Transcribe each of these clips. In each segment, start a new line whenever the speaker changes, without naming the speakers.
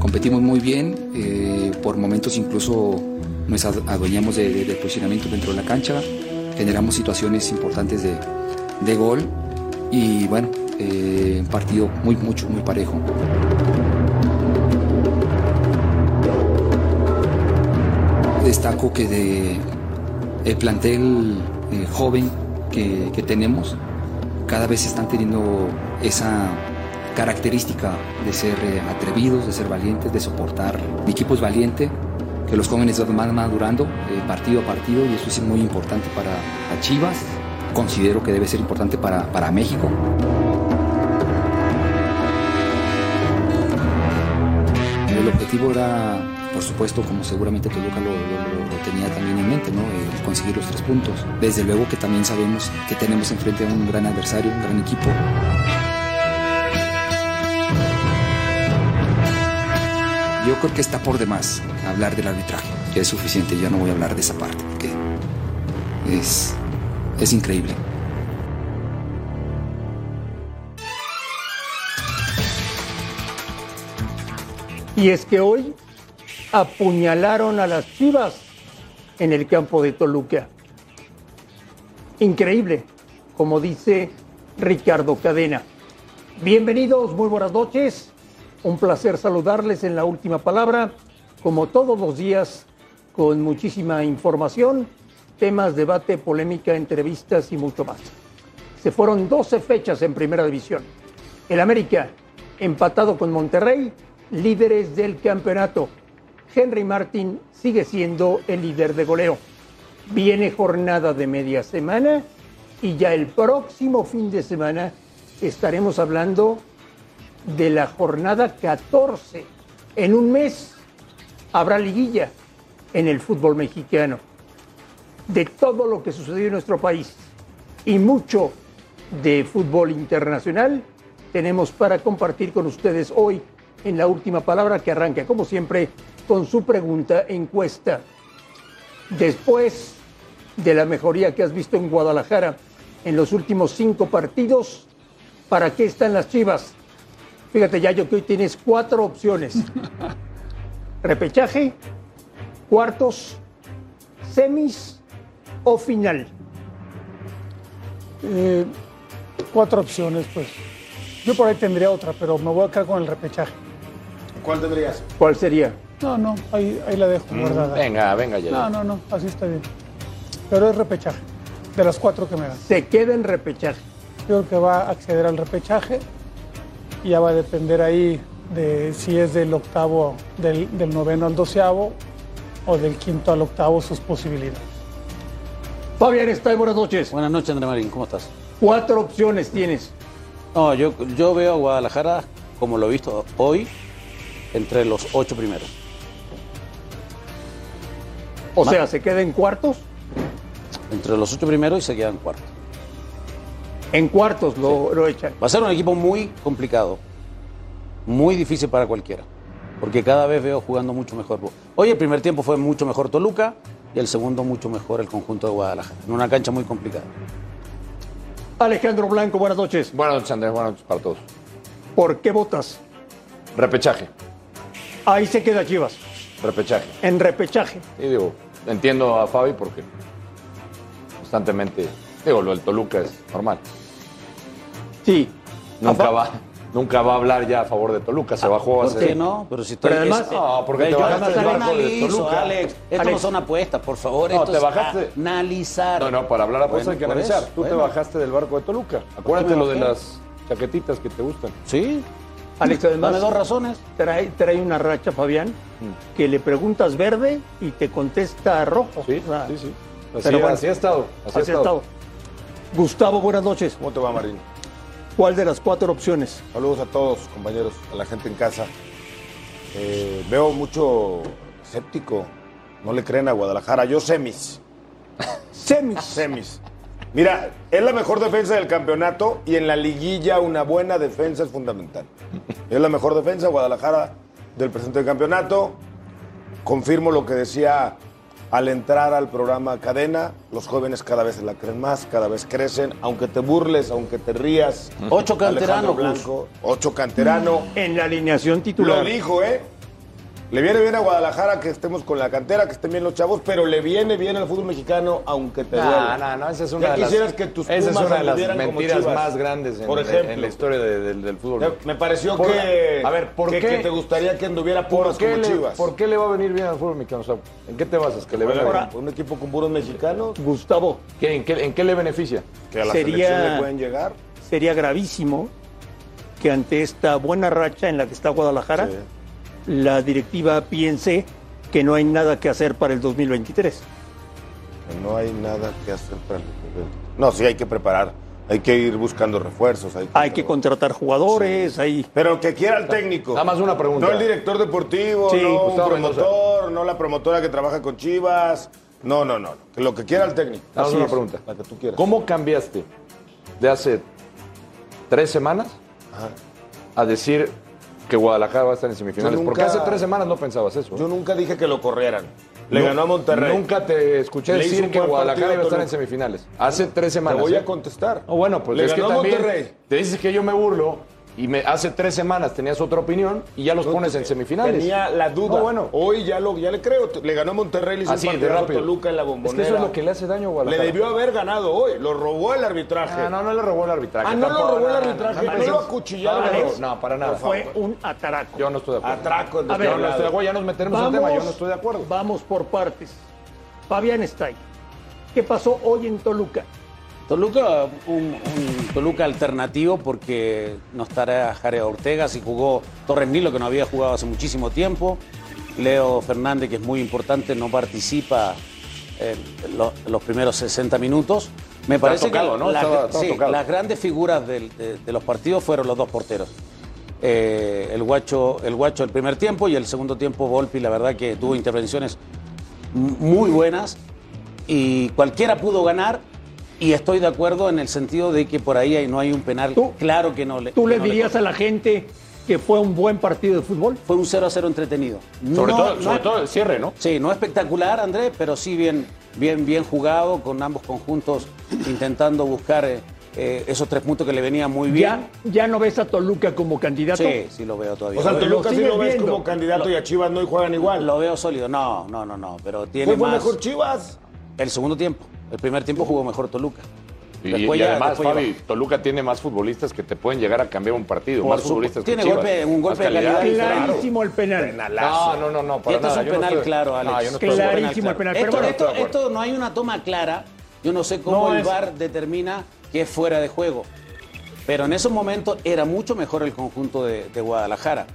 competimos muy bien, eh, por momentos incluso nos adueñamos del de, de posicionamiento dentro de la cancha, generamos situaciones importantes de, de gol y bueno, eh, un partido muy, mucho, muy parejo. Destaco que de el plantel eh, joven que, que tenemos, cada vez están teniendo esa característica de ser eh, atrevidos, de ser valientes, de soportar. Mi equipo es valiente, que los jóvenes van madurando eh, partido a partido y esto es muy importante para Chivas. Considero que debe ser importante para, para México. El objetivo era, por supuesto, como seguramente Toluca lo, lo, lo tenía también en mente, ¿no? El conseguir los tres puntos. Desde luego que también sabemos que tenemos enfrente a un gran adversario, un gran equipo. Yo creo que está por demás hablar del arbitraje. Ya es suficiente, ya no voy a hablar de esa parte, porque es, es increíble.
Y es que hoy apuñalaron a las chivas en el campo de Toluca. Increíble, como dice Ricardo Cadena. Bienvenidos, muy buenas noches. Un placer saludarles en la última palabra, como todos los días, con muchísima información, temas, debate, polémica, entrevistas y mucho más. Se fueron 12 fechas en primera división. El América, empatado con Monterrey, líderes del campeonato. Henry Martin sigue siendo el líder de goleo. Viene jornada de media semana y ya el próximo fin de semana estaremos hablando de la jornada 14. En un mes habrá liguilla en el fútbol mexicano. De todo lo que sucedió en nuestro país y mucho de fútbol internacional tenemos para compartir con ustedes hoy en la última palabra que arranca, como siempre, con su pregunta encuesta. Después de la mejoría que has visto en Guadalajara en los últimos cinco partidos, ¿para qué están las chivas? Fíjate, Yayo, que hoy tienes cuatro opciones. Repechaje, cuartos, semis o final.
Eh, cuatro opciones, pues. Yo por ahí tendría otra, pero me voy a quedar con el repechaje.
¿Cuál tendrías?
¿Cuál sería?
No, no, ahí, ahí la dejo
Mm,
guardada.
venga, venga, Yayo.
No, no, no, así está bien. Pero es repechaje, de las cuatro que me dan.
Se queda en repechaje.
Yo creo que va a acceder al repechaje y ya va a depender ahí de si es del octavo, del, del noveno al doceavo o del quinto al octavo sus posibilidades.
Fabián está, buenas noches.
Buenas noches, André Marín, ¿cómo estás?
Cuatro opciones tienes.
No, yo, yo veo a Guadalajara, como lo he visto hoy, entre los ocho primeros.
O sea, se queda en cuartos.
Entre los ocho primeros y se quedan cuarto.
En cuartos lo, lo echan.
Va a ser un equipo muy complicado, muy difícil para cualquiera, porque cada vez veo jugando mucho mejor. Hoy el primer tiempo fue mucho mejor Toluca y el segundo mucho mejor el conjunto de Guadalajara, en una cancha muy complicada.
Alejandro Blanco, buenas noches.
Buenas noches, Andrés. Buenas noches para todos.
¿Por qué votas?
Repechaje,
Ahí se queda Chivas,
repechaje.
en repechaje.
Y digo, entiendo a Fabi porque constantemente, digo, lo del Toluca es normal.
Sí.
Nunca
Apa-
va, nunca va a hablar ya a favor de Toluca, se bajó a
Ah, ¿Por qué
hacer.
no? Pero si estoy...
Pero además-
es-
No, porque te
yo
bajaste
además
del barco de
analizo,
Toluca.
Alex. Esto
Alex.
no son apuestas, por favor.
No,
esto
te
es
bajaste.
analizar.
No, no, para hablar a cosas hay que
Bueno, por
analizar.
eso,
Tú te
bueno.
bajaste del barco de Toluca.
me
Acuérdate lo de
bajé.
las chaquetitas que te gustan.
Sí,
Alex,
dame dos
además,
razones.
trae, trae una racha, Fabián,
Mm.
que le preguntas verde y te contesta rojo.
Sí,
O
Ah.
sea,
sí, sí. Así,
pero bueno.
así ha estado. Así,
así ha estado. Gustavo, buenas noches.
¿Cómo te va, Marín?
¿Cuál de las cuatro opciones?
Saludos a todos, compañeros, a la gente en casa. Eh, veo mucho escéptico. No le creen a Guadalajara. Yo semis.
Semis.
Semis. Mira, es la mejor defensa del campeonato y en la liguilla una buena defensa es fundamental. Es la mejor defensa Guadalajara del presente del campeonato. Confirmo lo que decía al entrar al programa Cadena. Los jóvenes cada vez se la creen más, cada vez crecen. Aunque te burles, aunque te rías.
Ocho
Alejandro
canteranos, Gus.
Blanco, ocho canterano.
En la alineación
Lo
titular.
dijo, ¿eh? Le viene bien a Guadalajara que estemos con la cantera, que estén bien los chavos, pero le viene bien al fútbol mexicano, aunque te duela.
No, Ah, no, no, esa es una
Ya
de las,
quisieras que tus
esa es
Pumas
una de las
anduvieran como
mentiras
Chivas.
más grandes en,
Por
en-
ejemplo.
en la historia de- del, del fútbol.
Ya, Me pareció
Por-
que,
a ver, ¿por
que-
qué-
que te gustaría que anduviera
¿Por
Pumas
qué,
como
le,
Chivas.
por qué le va a venir bien al fútbol mexicano? O sea, ¿En qué te basas? ¿Que le venga
Ahora,
bien?
un equipo con puros mexicanos
Gustavo,
¿Qué- en, qué, en qué le beneficia?
que a la
Sería-
selección le pueden llegar.
sería gravísimo que ante esta buena racha en la que está Guadalajara,
Sí.
la directiva piense que no hay nada que hacer para el 2023.
que no hay nada que hacer para el nivel. No, sí hay que preparar, hay que ir buscando refuerzos, hay que,
Hay que contratar jugadores, hay
Pero que quiera el técnico.
Nada más una pregunta.
No el director deportivo,
Sí,
no un
Gustavo
promotor, no la promotora que trabaja con Chivas. No, no, no. Que lo que quiera el técnico.
Nada más
Así
una
es,
pregunta.
La que tú quieras.
¿Cómo cambiaste de hace tres semanas a decir que Guadalajara va a estar en semifinales?
Yo nunca-
Porque hace tres semanas no pensabas eso.
Yo nunca dije que lo corrieran. Le
Nu-
ganó a Monterrey.
Nunca te escuché
Le hizo
decir
un
que
buen
Guadalajara
partido a
iba a estar en
Toluca.
semifinales. Hace tres
Te
semanas.
voy a
¿eh?
contestar.
No, bueno, pues
Le
es que
ganó a
también
Monterrey.
te dices que yo me burlo y me hace tres semanas tenías otra opinión y ya los pones en semifinales.
Tenía la duda.
No, bueno.
Hoy ya, lo, ya le creo. Le ganó a Monterrey, le hizo
Así,
un
de
partidazo a
rápido.
Toluca en la
es
bombonera.
que eso es lo que le hace daño a
Le
Guadalajara.
debió haber ganado hoy. Lo robó el arbitraje.
Ah, no, no le robó el arbitraje.
Ah, no lo
tampoco,
robó el
no, no,
arbitraje,
no,
no lo
no,
acuchillaron.
No, no, no, para nada.
fue un ataraco.
Yo no estoy de acuerdo.
Atraco en
Yo
ver,
no estoy de acuerdo. Ya nos meteremos en tema. Yo no estoy de acuerdo.
Vamos por partes. Fabián Stein, ¿qué pasó hoy en Toluca?
Toluca, un, un Toluca alternativo porque no estará Jared Ortega, si jugó Torres Nilo, que no había jugado hace muchísimo tiempo. Leo Fernández, que es muy importante, no participa eh, lo- los primeros 60 minutos. Me parece
tocado,
que
¿no?
las-
Estaba- estaba
sí,
tocado.
las grandes figuras del- de, de los partidos fueron los dos porteros. Eh, el guacho el guacho el primer tiempo y el segundo tiempo Volpi, la verdad que tuvo intervenciones m- muy buenas y cualquiera pudo ganar y estoy de acuerdo en el sentido de que por ahí hay- no hay un penal
Tú-
claro que no le
¿Tú
que
le
no
dirías
corta.
a la gente que fue un buen partido de fútbol?
fue un 0 a 0 entretenido
Sobre,
No-
todo,
no
sobre
es-
todo el cierre, ¿no?
Sí, no espectacular, Andrés, pero sí bien, bien, bien jugado, con ambos conjuntos intentando buscar eh, eh, esos tres puntos que le venían muy bien.
¿Ya, ¿Ya no ves a Toluca como candidato?
Sí, sí lo veo todavía.
O sea,
Lo-
Toluca sí
sigues
lo ves
viendo.
como candidato y a Chivas no y juegan igual.
lo veo sólido. No, no, no, no. Pero tiene
¿Fue fue
más.
mejor Chivas?
El segundo tiempo. El primer tiempo jugó mejor Toluca.
Y,
Después
y
ya-
además,
después ya
Fabi,
bajó.
Toluca tiene más futbolistas que te pueden llegar a cambiar un partido.
Por
más
supuesto.
futbolistas
Tiene
que Chivas.
golpe- un
Más
golpe de calidad diferente.
claro.
Clarísimo el penal.
No, no, no, no.
Y
Para
esto es
nada,
un
yo no
penal
estoy-
claro,
No,
Alex.
yo no estoy de acuerdo.
Clarísimo el penal. Pero
Esto,
bueno,
esto-
estoy de acuerdo.
esto no hay una toma clara. Yo no sé cómo
No,
el
es-
VAR determina que es fuera de juego. Pero en esos momentos era mucho mejor el conjunto de, de Guadalajara.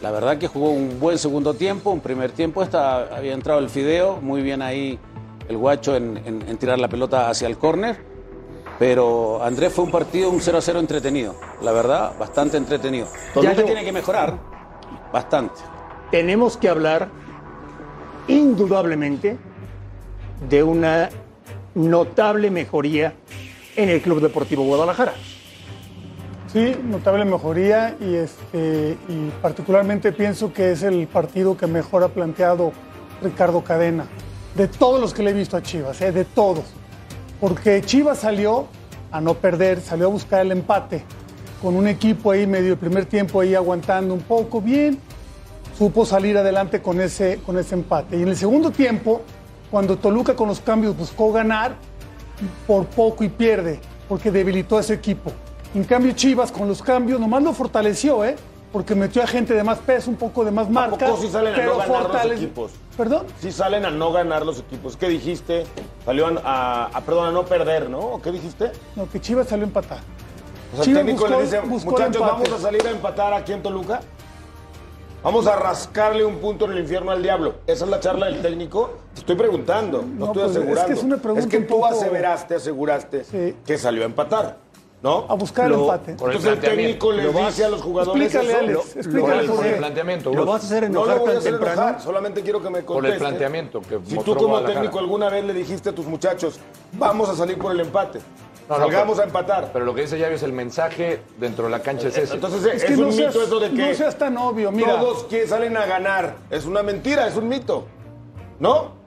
La verdad que jugó un buen segundo tiempo, un primer tiempo. Esta, había entrado el Fideo, muy bien ahí el guacho en, en- en tirar la pelota hacia el córner. Pero Andrés fue un partido, un 0 a 0 entretenido. La verdad, bastante entretenido. Toluca
Yayo.
tiene que mejorar bastante.
tenemos que hablar indudablemente de una notable mejoría en el Club Deportivo Guadalajara.
Sí, notable mejoría y, este, y particularmente pienso que es el partido que mejor ha planteado Ricardo Cadena. De todos los que le he visto a Chivas, eh, de todos. Porque Chivas salió a no perder, salió a buscar el empate con un equipo ahí medio el primer tiempo ahí aguantando un poco bien, supo salir adelante con ese, con ese empate. Y en el segundo tiempo, cuando Toluca con los cambios buscó ganar, por poco y pierde, porque debilitó a ese equipo. En cambio, Chivas con los cambios nomás lo fortaleció, ¿eh? Porque metió a gente de más peso, un poco de más marca.
poco sí salen a no ganar los
fortale-
equipos?
¿Perdón?
Sí salen a no ganar los equipos. ¿Qué dijiste? Salió a, a- a- perdón, a no perder, ¿no? ¿Qué dijiste?
No, que Chivas salió a empatar.
O sea,
Chivas
el técnico
buscó-
le dice,
buscó el
muchachos,
empate".
vamos a salir a empatar aquí en Toluca. Vamos a rascarle un punto en el infierno al diablo. Esa es la charla del técnico. Te estoy preguntando,
No,
no, estoy
pues, es
asegurando.
que es una pregunta
que
un
tú
poco-
aseveraste, aseguraste
Sí.
que salió a empatar, ¿no?
A buscar el empate.
por el
Entonces el
planteamiento.
técnico le
Lo vas-
dice a los jugadores
Explícale,
eso.
Alex,
Lo-
explícale
Por el,
por
por el
qué.
planteamiento,
¿Lo
Gus.
vas a hacer
No
enojar
lo voy a
tan
hacer
temprano?
enojar, solamente quiero que me conteste.
Por el planteamiento que
Si
mostró
tú como
Guadalajara.
técnico alguna vez le dijiste a tus muchachos, vamos a salir por el empate,
No, no,
salgamos
pero-
a empatar.
Pero lo que dice Yayo es el mensaje dentro de la cancha es ese.
Entonces es,
que
un
no
mito
seas-
eso de que
no seas tan obvio, mira.
todos que salen a ganar. Es una mentira, es un mito, ¿no?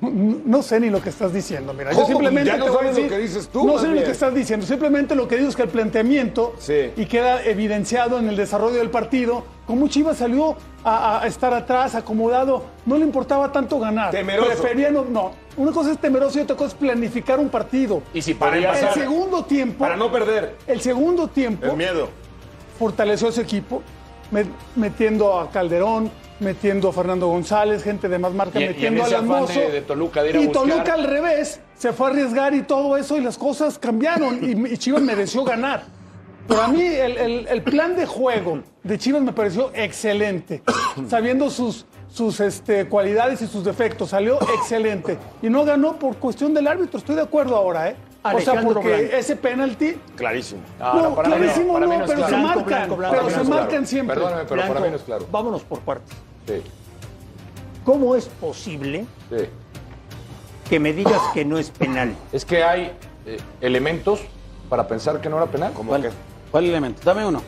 No, no sé ni lo que estás diciendo, mira. Yo
¿Cómo?
simplemente
Ya no
te voy a
sabes lo
decir-
que dices tú,
No
más
sé ni lo
bien.
que estás diciendo. Simplemente lo que digo es que el planteamiento
Sí.
y queda evidenciado en el desarrollo del partido, como Chivas salió a, a estar atrás, acomodado, no le importaba tanto ganar.
Temeroso.
Prefería no, no. Una cosa es temeroso y otra cosa es planificar un partido.
Y si
Para
podía-
empezar-
el segundo tiempo,
Para no perder.
el segundo tiempo,
El miedo.
fortaleció ese equipo, met- metiendo a Calderón, metiendo a Fernando González, gente de más marca,
Y- y en
metiendo a
ese afán
Lamoso.
de- de Toluca de ir a
y
buscar.
Toluca al revés, se fue a arriesgar y todo eso, y las cosas cambiaron, y, y Chivas mereció ganar. Para mí, el, el- el plan de juego de Chivas me pareció excelente, sabiendo sus, sus este, cualidades y sus defectos, salió excelente. Y no ganó por cuestión del árbitro, estoy de acuerdo ahora, ¿eh? o sea,
Alejandro
porque
Blanco.
ese penalti
Clarísimo.
no,
para mí no,
clarísimo
para
no,
mí no es
pero se
claro.
marcan,
Blanco, blanco,
pero
blanco,
se
blanco.
marcan siempre.
Perdóname, Ah, pero para
Blanco,
mí no es claro.
Vámonos por partes.
Sí,
¿Cómo es posible
sí.
que me digas que no es penal?
Es que hay eh, elementos para pensar que no era penal.
¿Cuál, cuál elemento? Dame uno.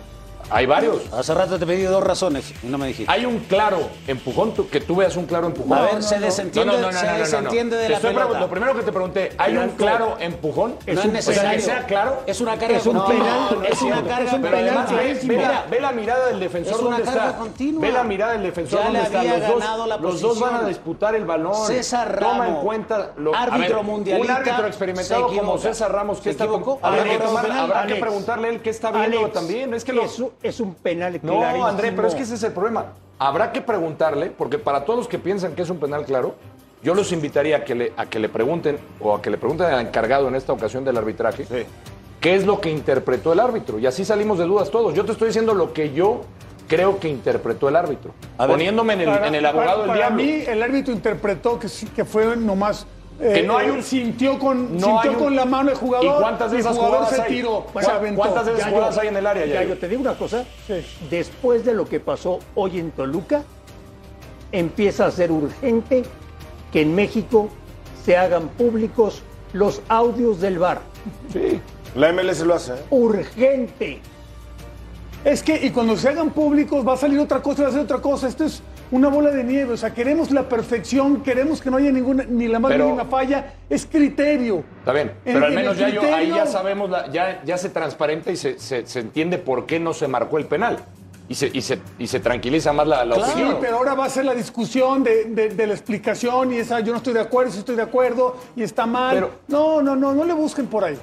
Hay varios.
Hace rato te pedí dos razones y no me dijiste.
Hay un claro empujón, tú- que tú veas un claro empujón.
A ver, se desentiende,
No, no, no, no,
se
no, no, no.
desentiende de
Te
la
estoy
pelota.
pregun- Lo primero que te pregunté, ¿hay un
Blanco.
claro empujón?
no es
O sea,
necesario.
que sea claro.
Es una carga
Es un
continua.
penal,
es una
es
carga
un
Pero
penal
además, ve,
clarísimo.
ve la, ve la mirada del defensor
Es una
dónde
carga
está.
continua.
Ve la mirada del defensor
Ya
dónde
le
está.
había
Los dos,
ganado la
los dos van a
posición.
disputar el balón.
César
Toma
Ramos,
en cuenta lo
árbitro
A ver, Un
mundialista,
árbitro experimentado
se
como
equivoca.
César Ramos, que
Se
está
equivocó.
Habrá,
Alex,
que, tomar-
Alex,
habrá que
Alex.
preguntarle él qué está viendo
Alex,
también. Es que los,
es, un- es un penal
no,
clarísimo.
André, pero es que ese es el problema.
Habrá que preguntarle, porque para todos los que piensan que es un penal claro, yo los invitaría a que le, a que le pregunten o a que le pregunten al encargado en esta ocasión del arbitraje qué es lo que interpretó el árbitro. Y así salimos de dudas todos. Yo te estoy diciendo lo que yo creo que interpretó el árbitro,
A ver,
poniéndome en el, en el abogado del
para
diablo.
mí, el árbitro interpretó que, sí- que fue nomás. eh,
Que no hay un-
Sintió con,
no hay
sintió
un-
con la mano el
¿Y
jugador.
cuántas de
el
esas
jugador
jugadas
se
hay?
tiró.
¿Cuá-
se aventó.
¿Cuántas de esas
Ya
jugadas
yo-
hay en el área?
Ya,
Yayo?
yo te digo una cosa.
Sí.
Después de lo que pasó hoy en Toluca, empieza a ser urgente que en México se hagan públicos los audios del VAR.
Sí.
La MLS lo hace. ¿eh?
Urgente.
Es que, y cuando se hagan públicos, va a salir otra cosa, va a ser otra cosa. Esto es una bola de nieve. O sea, queremos la perfección, queremos que no haya ninguna, ni la más
Pero-
mínima falla. Es criterio.
Está bien,
En-
pero al
en el
menos ya yo- ahí ya
criterio-
sabemos, la- ya, ya se transparenta y se, se- se entiende por qué no se marcó el penal. Y se, y se, y se tranquiliza más la, la
Sí,
opinión.
pero ahora va a ser la discusión de, de- de la explicación y esa yo no estoy de acuerdo, sí estoy de acuerdo y está mal.
Pero-
no, no, no, no le busquen por ahí.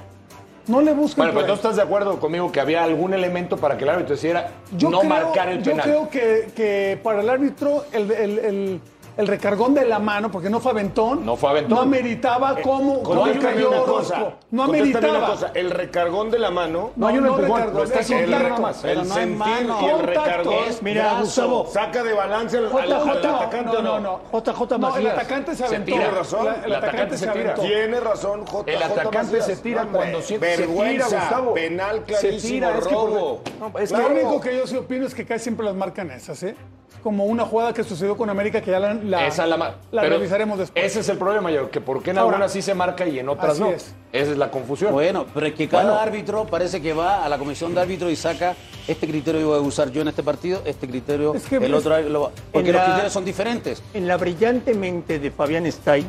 No le busquen
Bueno,
por
pero tú
ahí.
estás de acuerdo conmigo que había algún elemento para que el árbitro decidiera no marcar el
yo
penal.
creo que, que para el árbitro el, el- el- el recargón de la mano, porque no fue aventón.
No fue aventón.
No ameritaba cómo, cómo
Contéstame
cayó
una
Orozco.
cosa,
No
contéstame una
ameritaba.
cosa, El recargón de la mano.
No, yo no empujón,
recargó,
lo está
es
soltando
el,
nomás.
El
Pero no es
sentir
mano.
y el
Contacto,
recargón.
es brazo.
Saca de balance al, al- al
JJ,
atacante o
no,
no.
no, no. JJ
No,
el atacante se
se
aventó.
tira.
Tiene razón.
La- el, atacante se
tira.
aventó.
Tiene razón, JJ.
El atacante
Macías.
se tira
No, hombre,
cuando siente- se tira,
vergüenza,
Gustavo.
Penal
Se
clarísimo,
tira, es que por-
robo.
No, es que-
Lo único que yo sí opino es que casi siempre las marcan esas, ¿eh? Como una jugada que sucedió con América que ya la, la-
Esa es la, ma-
la
pero
revisaremos después.
Ese es el problema, Yayo, que por qué en
Ahora.
algunas sí se marca y en otras
Así
no.
es.
Esa es la confusión.
Bueno, pero es que cada
Bueno.
árbitro parece que va a la comisión de árbitros y saca este criterio voy a usar yo en este partido, este criterio
Es que
el
es-
otro árbitro lo va- porque
en
los
la-
criterios son diferentes.
En la brillante mente de Fabián Stein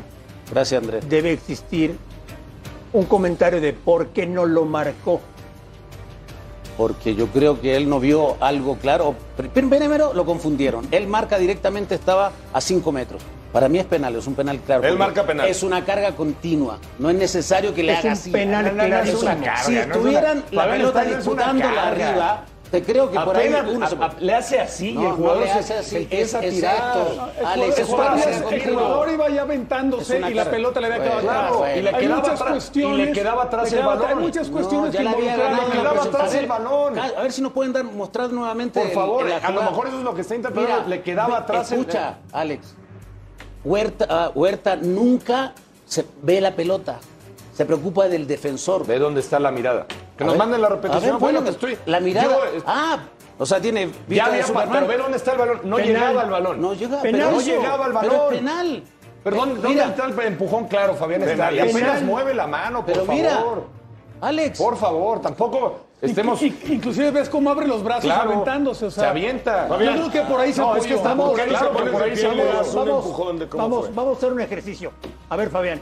Gracias, Andrés.
debe existir un comentario de por qué no lo marcó.
Porque yo creo que él no vio algo claro. Pr- Primero lo confundieron. Él marca directamente, estaba a 5 metros. Para mí es penal, es un penal claro.
Él
porque
marca penal.
Es una carga continua. No es necesario que le
Es
haga
un
así.
penal
No, no, no, es
clarísimo.
una carga, Si estuvieran la
Fabián
pelota
Stein es una
disputándola
carga.
arriba, te creo que por ahí
Apenas
uno se-
a- a- le hace así y el
No,
jugador
no le
se-
hace así,
se empieza
es-
a tirar.
exacto.
El
Alex,
jugador- el
es una carga
jugador- el
continua.
jugador iba ya
Es
aventándose
una
y la
carga.
pelota le había
Bueno,
quedado atrás.
claro, y le
hay
quedaba
muchas
atrás,
cuestiones.
y le quedaba atrás
le
el
quedaba-
balón.
Hay muchas
No,
cuestiones
ya
que
la había
involucraron a
ganado en
la
la
pelota.
atrás el
presentación.
balón.
A ver si nos pueden dar, mostrar nuevamente.
Por
el-
favor,
en
eh,
la
a lo
jugada.
mejor eso es lo que está interpretando.
Mira,
Le quedaba atrás el-
Escucha, Alex. Huerta, ah, Huerta nunca se ve la pelota. Se preocupa del defensor.
Ve dónde está la mirada. Que
A
nos
ver,
manden la repetición.
a ver,
fue lo
bueno,
que estoy-
La mirada.
Yo, eh,
ah, o sea, tiene.
ya
vista de
había pa-
Superman.
pero ve dónde está el balón. No
Penal.
llegaba al balón.
No llega,
Penal.
pero
No
llegaba al
Pero
balón.
es penal.
Perdón,
Eh,
¿dónde
mira,
está el empujón claro, Fabián? Está
Penal.
apenas
Penal.
mueve la mano, por
Pero mira,
favor.
Alex.
Por favor, tampoco estemos.
Inc- inc- inclusive ves cómo abre los brazos
Claro,
aventándose. O sea,
se avienta.
Yo creo que por ahí se
No, es
apoyó.
que estamos-
Vamos,
Porque claro que por ahí se
le das un
Vamos,
empujón de cómo
vamos,
fue.
vamos a hacer un ejercicio. A ver, Fabián,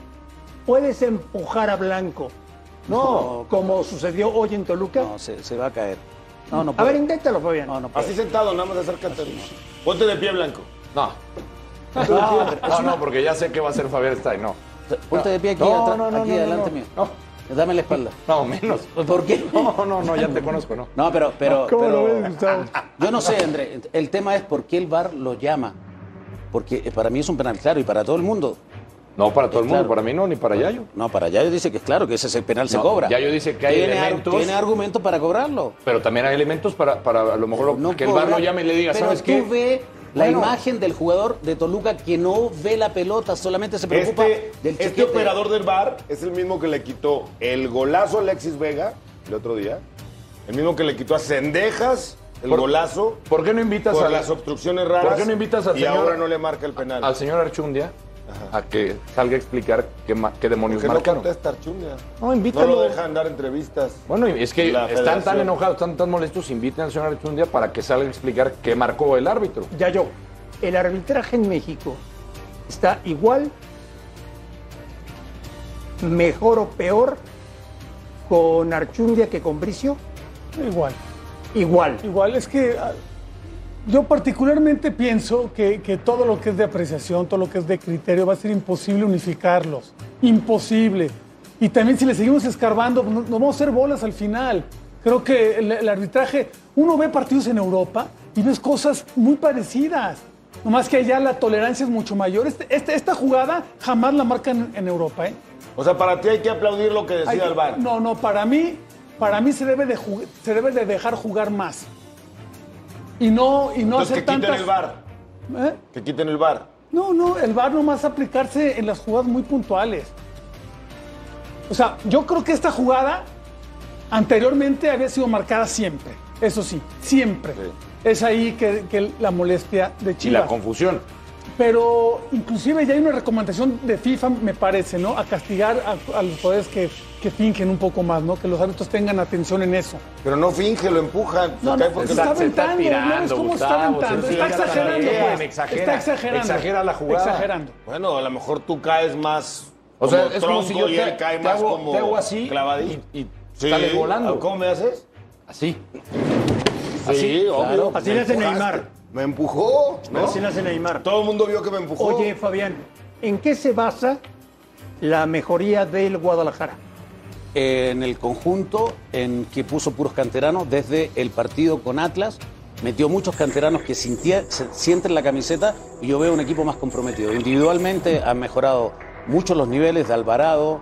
¿puedes empujar a Blanco? No, como sucedió hoy en Toluca.
No, se, se va a caer. No, no
a
puede.
ver, inténtalo, Fabián.
No, no puede.
Así sentado, nada más acércate. Ponte de pie blanco.
No. No, no, porque ya sé que va a hacer Fabián Stein, no.
Ponte de pie aquí,
No,
atrás-
no, no,
aquí
no, no,
adelante
no.
mío.
No.
Dame la espalda.
No, menos.
¿Por qué?
No, no, no, ya te conozco, no.
No, pero, pero,
¿Cómo lo
pero- ah,
ves, Gustavo?
yo no sé, André. El tema es por qué el VAR lo llama. Porque eh, para mí es un penal claro y para todo el mundo.
No, para todo el mundo,
Claro.
para mí no, ni para Yayo.
No, para Yayo dice que es claro, que ese es el penal se
No,
cobra.
Yayo dice que hay
tiene ar-
elementos.
tiene argumento para cobrarlo.
Pero también hay elementos para, para a lo mejor lo-
No
que el bar lo
cobrar.
llame y le diga,
Pero
¿sabes
tú
qué?
ve la
Bueno.
imagen del jugador de Toluca que no ve la pelota, solamente se preocupa
Este,
del
este
chiquete.
operador del bar es el mismo que le quitó el golazo a Alexis Vega el otro día. El mismo que le quitó a Cendejas el
Por-
golazo
¿Por qué no invitas
por
a
las obstrucciones raras.
¿Por qué no invitas al
y
señor-
ahora no le marca el penal?
al señor Archundia a que salga a explicar qué, ma- qué
¿Por
demonios
qué no
marcaron?
contesta Archundia?
No, invítalo.
No lo dejan dar entrevistas.
Bueno, y es que
este La
están tan
federación.
enojados, están tan molestos, inviten al señor Archundia para que salga a explicar qué marcó el árbitro.
Ya yo, el arbitraje en México está igual, mejor o peor con Archundia que con Bricio.
Igual.
Igual.
Igual es que ah, yo particularmente pienso que, que todo lo que es de apreciación, todo lo que es de criterio, va a ser imposible unificarlos. Imposible. Y también si le seguimos escarbando, pues, no- nos vamos a hacer bolas al final. Creo que el, el arbitraje, uno ve partidos en Europa y ves cosas muy parecidas. Nomás que allá la tolerancia es mucho mayor. Este- este- esta jugada jamás la marcan en Europa, ¿eh?
O sea, para ti hay que aplaudir lo que
Hay
decida
que-
el bar.
No, no, para mí, para mí se debe de jug- se debe de dejar jugar más. Y no, y no
Entonces
hacer
que
tantas.
quiten el bar.
¿Eh?
Que quiten el bar.
No, no, el VAR nomás aplicarse en las jugadas muy puntuales. O sea, yo creo que esta jugada anteriormente había sido marcada siempre. Eso sí, siempre. Es ahí que, que la molestia de
Y
Chivas.
la confusión.
Pero inclusive ya hay una recomendación de FIFA, me parece, ¿no? A castigar a, a los jugadores que, que fingen un poco más, ¿no? Que los árbitros tengan atención en eso.
Pero no finge, lo empujan. se
No,
cae
no,
porque
se está
la-
aventando, ¿no ves cómo está aventando?
se
Está
exagera
exagerando,
también,
pues.
exagera,
Está exagerando.
Exagera la jugada.
Exagerando.
Bueno, a lo mejor tú caes más.
O sea,
como
es como
tronco
si yo
y
te,
él cae
te
más
hago,
como
te hago así
clavadillo.
y, y
Sí. Ah,
sale volando.
¿Cómo me haces?
Así.
Así, obvio.
Así
Me
le hace
empujaste.
Neymar.
Me empujó, ¿no?
Así le hace Neymar.
Todo el mundo vio que me empujó.
Oye, Fabián, ¿en qué se basa la mejoría del Guadalajara?
Eh, en el conjunto en que puso puros canteranos desde el partido con Atlas. Metió muchos canteranos que sintía- se- sienten la camiseta y yo veo un equipo más comprometido. Individualmente han mejorado mucho los niveles de Alvarado.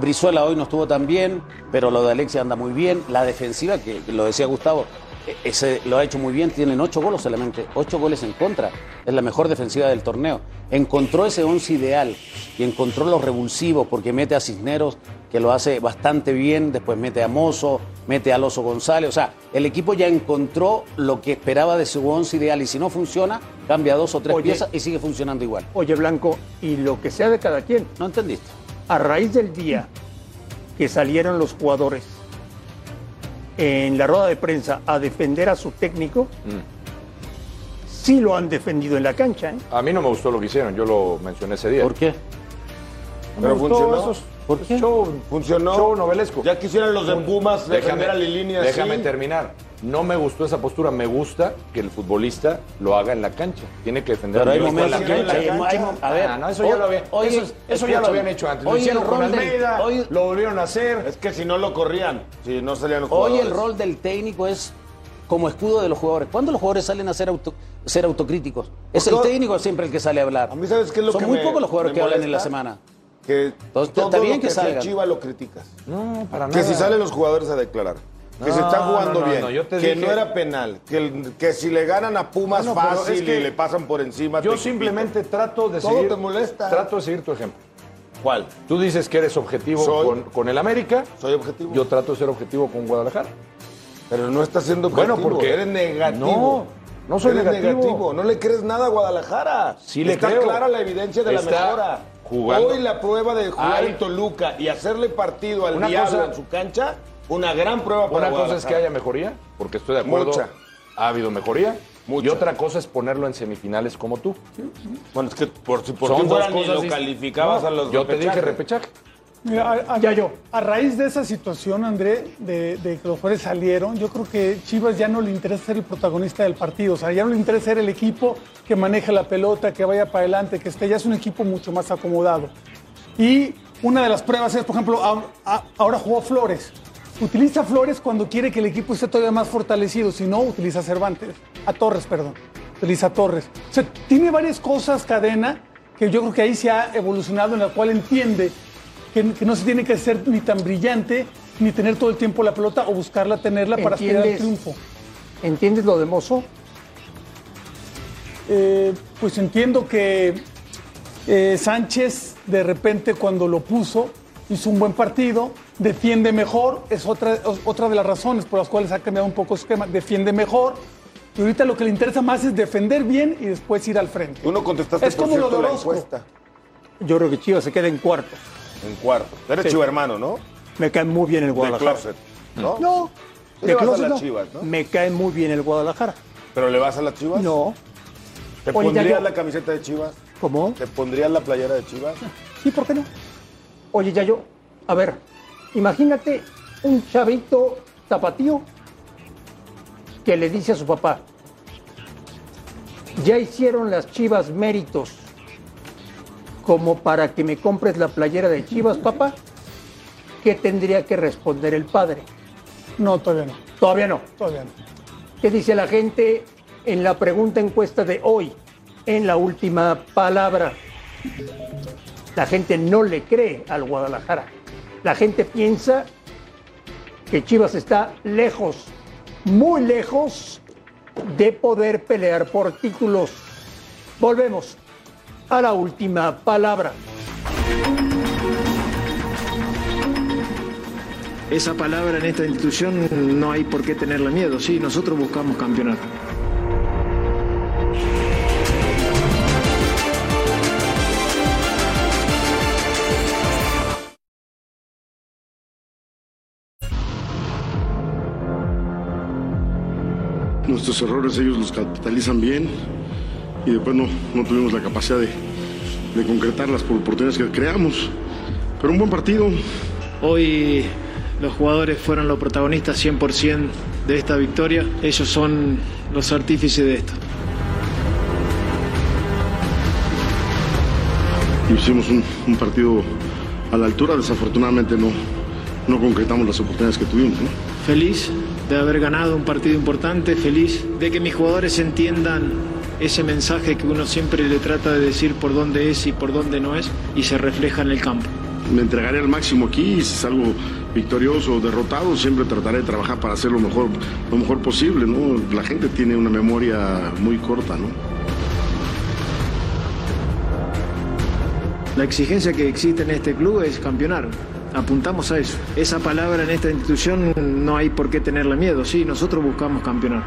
Brizuela hoy no estuvo tan bien, pero lo de Alexia anda muy bien. La defensiva, que que lo decía Gustavo, e- ese lo ha hecho muy bien. Tienen ocho goles solamente, ocho goles en contra. Es la mejor defensiva del torneo. Encontró ese once ideal y encontró los revulsivos porque mete a Cisneros, que lo hace bastante bien, después mete a Mozo, mete a Loso González, o sea, el equipo ya encontró lo que esperaba de su once ideal y si no funciona, cambia dos o tres
Oye.
piezas y sigue funcionando igual.
Oye, Blanco, y lo que sea de cada quien,
¿No entendiste?
a raíz del día que salieron los jugadores en la rueda de prensa a defender a su técnico, sí lo han defendido en la cancha. ¿eh?
A mí no me gustó lo que hicieron, yo lo mencioné ese día.
¿Por qué?
Pero funcionó.
¿Por qué?
Show,
Funcionó.
Show novelesco.
Ya quisieran los de Pumas
Déjame,
defender a Lilini así.
déjame terminar. No me gustó esa postura. Me gusta que el futbolista lo haga en la cancha. Tiene que defender
Pero
al
hay
futbolista
momentos
en
que
la
hay,
cancha.
cancha.
hay mo- a ver,
Ah, no, eso ya
hoy-
lo había-
hoy-
eso es- eso ya lo
escúchame,
habían hecho antes. Lo
Hoy el
hicieron con
rol del-
Almeida,
hoy-
Lo volvieron a hacer.
Es que si no lo corrían, si no salían los
Hoy
jugadores.
el rol del técnico es como escudo de los jugadores. ¿Cuándo los jugadores salen a ser, auto- ser autocríticos? Es el
Porque-
técnico siempre el que sale a hablar.
A mí, ¿sabes qué es lo
Son
que
muy
me-
pocos los jugadores
me
que hablan en la
molesta?
semana.
Que
Entonces,
todo
está bien
lo
que
que se
salgan.
chiva lo criticas.
No, para
Que si salen los jugadores a declarar. Que se está jugando
no, no,
bien.
no, yo te
que
dije-
no era penal. Que, el- que si le ganan a Pumas
No, no, pero
fácil
es que
y le pasan por encima.
Yo
te-
simplemente trato de
Todo
seguir.
te molesta.
Trato de seguir tu ejemplo.
¿Cuál?
Tú dices que eres objetivo
Soy.
con, con el América.
Soy objetivo.
Yo trato de ser objetivo con Guadalajara.
Pero no está siendo
Bueno,
objetivo.
porque
eres negativo.
No, No soy
Eres
negativo.
No le crees nada a Guadalajara.
Sí le
Está
creo.
clara la evidencia de
Está
la mejora.
jugando.
Hoy la prueba de jugar
Ay.
en Toluca y hacerle partido al
Una
diablo
cosa-
en su cancha, una gran prueba para
Una cosa es que
Guadalajara.
haya mejoría, porque estoy de acuerdo.
Mucha.
Ha habido mejoría.
Mucha.
Y otra cosa es ponerlo en semifinales como tú.
Bueno, es que por si por
Son
si
dos
fuera ni
cosas
lo
dis-
calificabas
No,
a los
Yo te dije
repechajes.
repechaje.
Mira, a, a-
Ya yo.
a raíz de esa situación, André, de, de que los jugadores salieron, yo creo que Chivas ya no le interesa ser el protagonista del partido. O sea, ya no le interesa ser el equipo que maneja la pelota, que vaya para adelante, que esté. Ya es un equipo mucho más acomodado. Y una de las pruebas es, por ejemplo, a- a- ahora jugó Flores. Utiliza a Flores cuando quiere que el equipo esté todavía más fortalecido. Si no, utiliza a Cervantes. A Torres, perdón. Utiliza a Torres. O sea, tiene varias cosas, cadena, que yo creo que ahí se ha evolucionado, en la cual entiende que, que no se tiene que ser ni tan brillante, ni tener todo el tiempo la pelota o buscarla, tenerla para aspirar al
¿Entiendes?
triunfo.
¿Entiendes lo de Mozo?
Eh, pues entiendo que eh, Sánchez de repente cuando lo puso hizo un buen partido, defiende mejor, es otra, es otra de las razones por las cuales ha cambiado un poco su esquema, defiende mejor. Y ahorita lo que le interesa más es defender bien y después ir al frente.
Tú no contestaste
Es
por
como lo
cierto,
de
la
Orozco.
encuesta
Yo creo que Chivas se queda en cuarto.
en cuarto. Eres chivermano, ¿no?
Me cae muy bien el
De
Guadalajara.
closet, ¿no?
No, de
Tú le vas a
closet
las
no.
Chivas, ¿no?
Me cae muy bien el Guadalajara.
¿Pero le vas a las Chivas?
No,
¿Te
Oye, ya
pondrías
yo-
la camiseta de Chivas?
¿cómo?
¿Te pondrías la playera de Chivas?
¿Y por qué no? Oye, ya yo, a ver, imagínate un chavito tapatío que le dice a su papá, ya hicieron las chivas méritos como para que me compres la playera de chivas, papá. ¿Qué tendría que responder el padre?
No, todavía no,
Todavía no.
todavía no.
¿Qué dice la gente en la pregunta encuesta de hoy? En la última palabra. La gente no le cree al Guadalajara. La gente piensa que Chivas está lejos, muy lejos de poder pelear por títulos. Volvemos a la última palabra.
esa palabra en esta institución no hay por qué tenerle miedo. Sí, nosotros buscamos campeonato.
Nuestros errores ellos los capitalizan bien y después no, no tuvimos la capacidad de, de concretarlas por oportunidades que creamos. Pero un buen partido,
Hoy los jugadores fueron los protagonistas 100% de esta victoria. Ellos son los artífices de esto.
hicimos un, un partido a la altura, desafortunadamente no, no concretamos las oportunidades que tuvimos. ¿no?
Feliz de haber ganado un partido importante, feliz de que mis jugadores entiendan ese mensaje que uno siempre le trata de decir por dónde es y por dónde no es y se refleja en el campo.
Me entregaré al máximo aquí y si salgo victorioso o derrotado, siempre trataré de trabajar para hacer lo mejor, lo mejor posible. ¿no? La gente tiene una memoria muy corta. ¿no?
La exigencia que existe en este club es campeonar. Apuntamos a eso. Esa palabra en esta institución no hay por qué tenerle miedo. Sí, nosotros buscamos campeonar.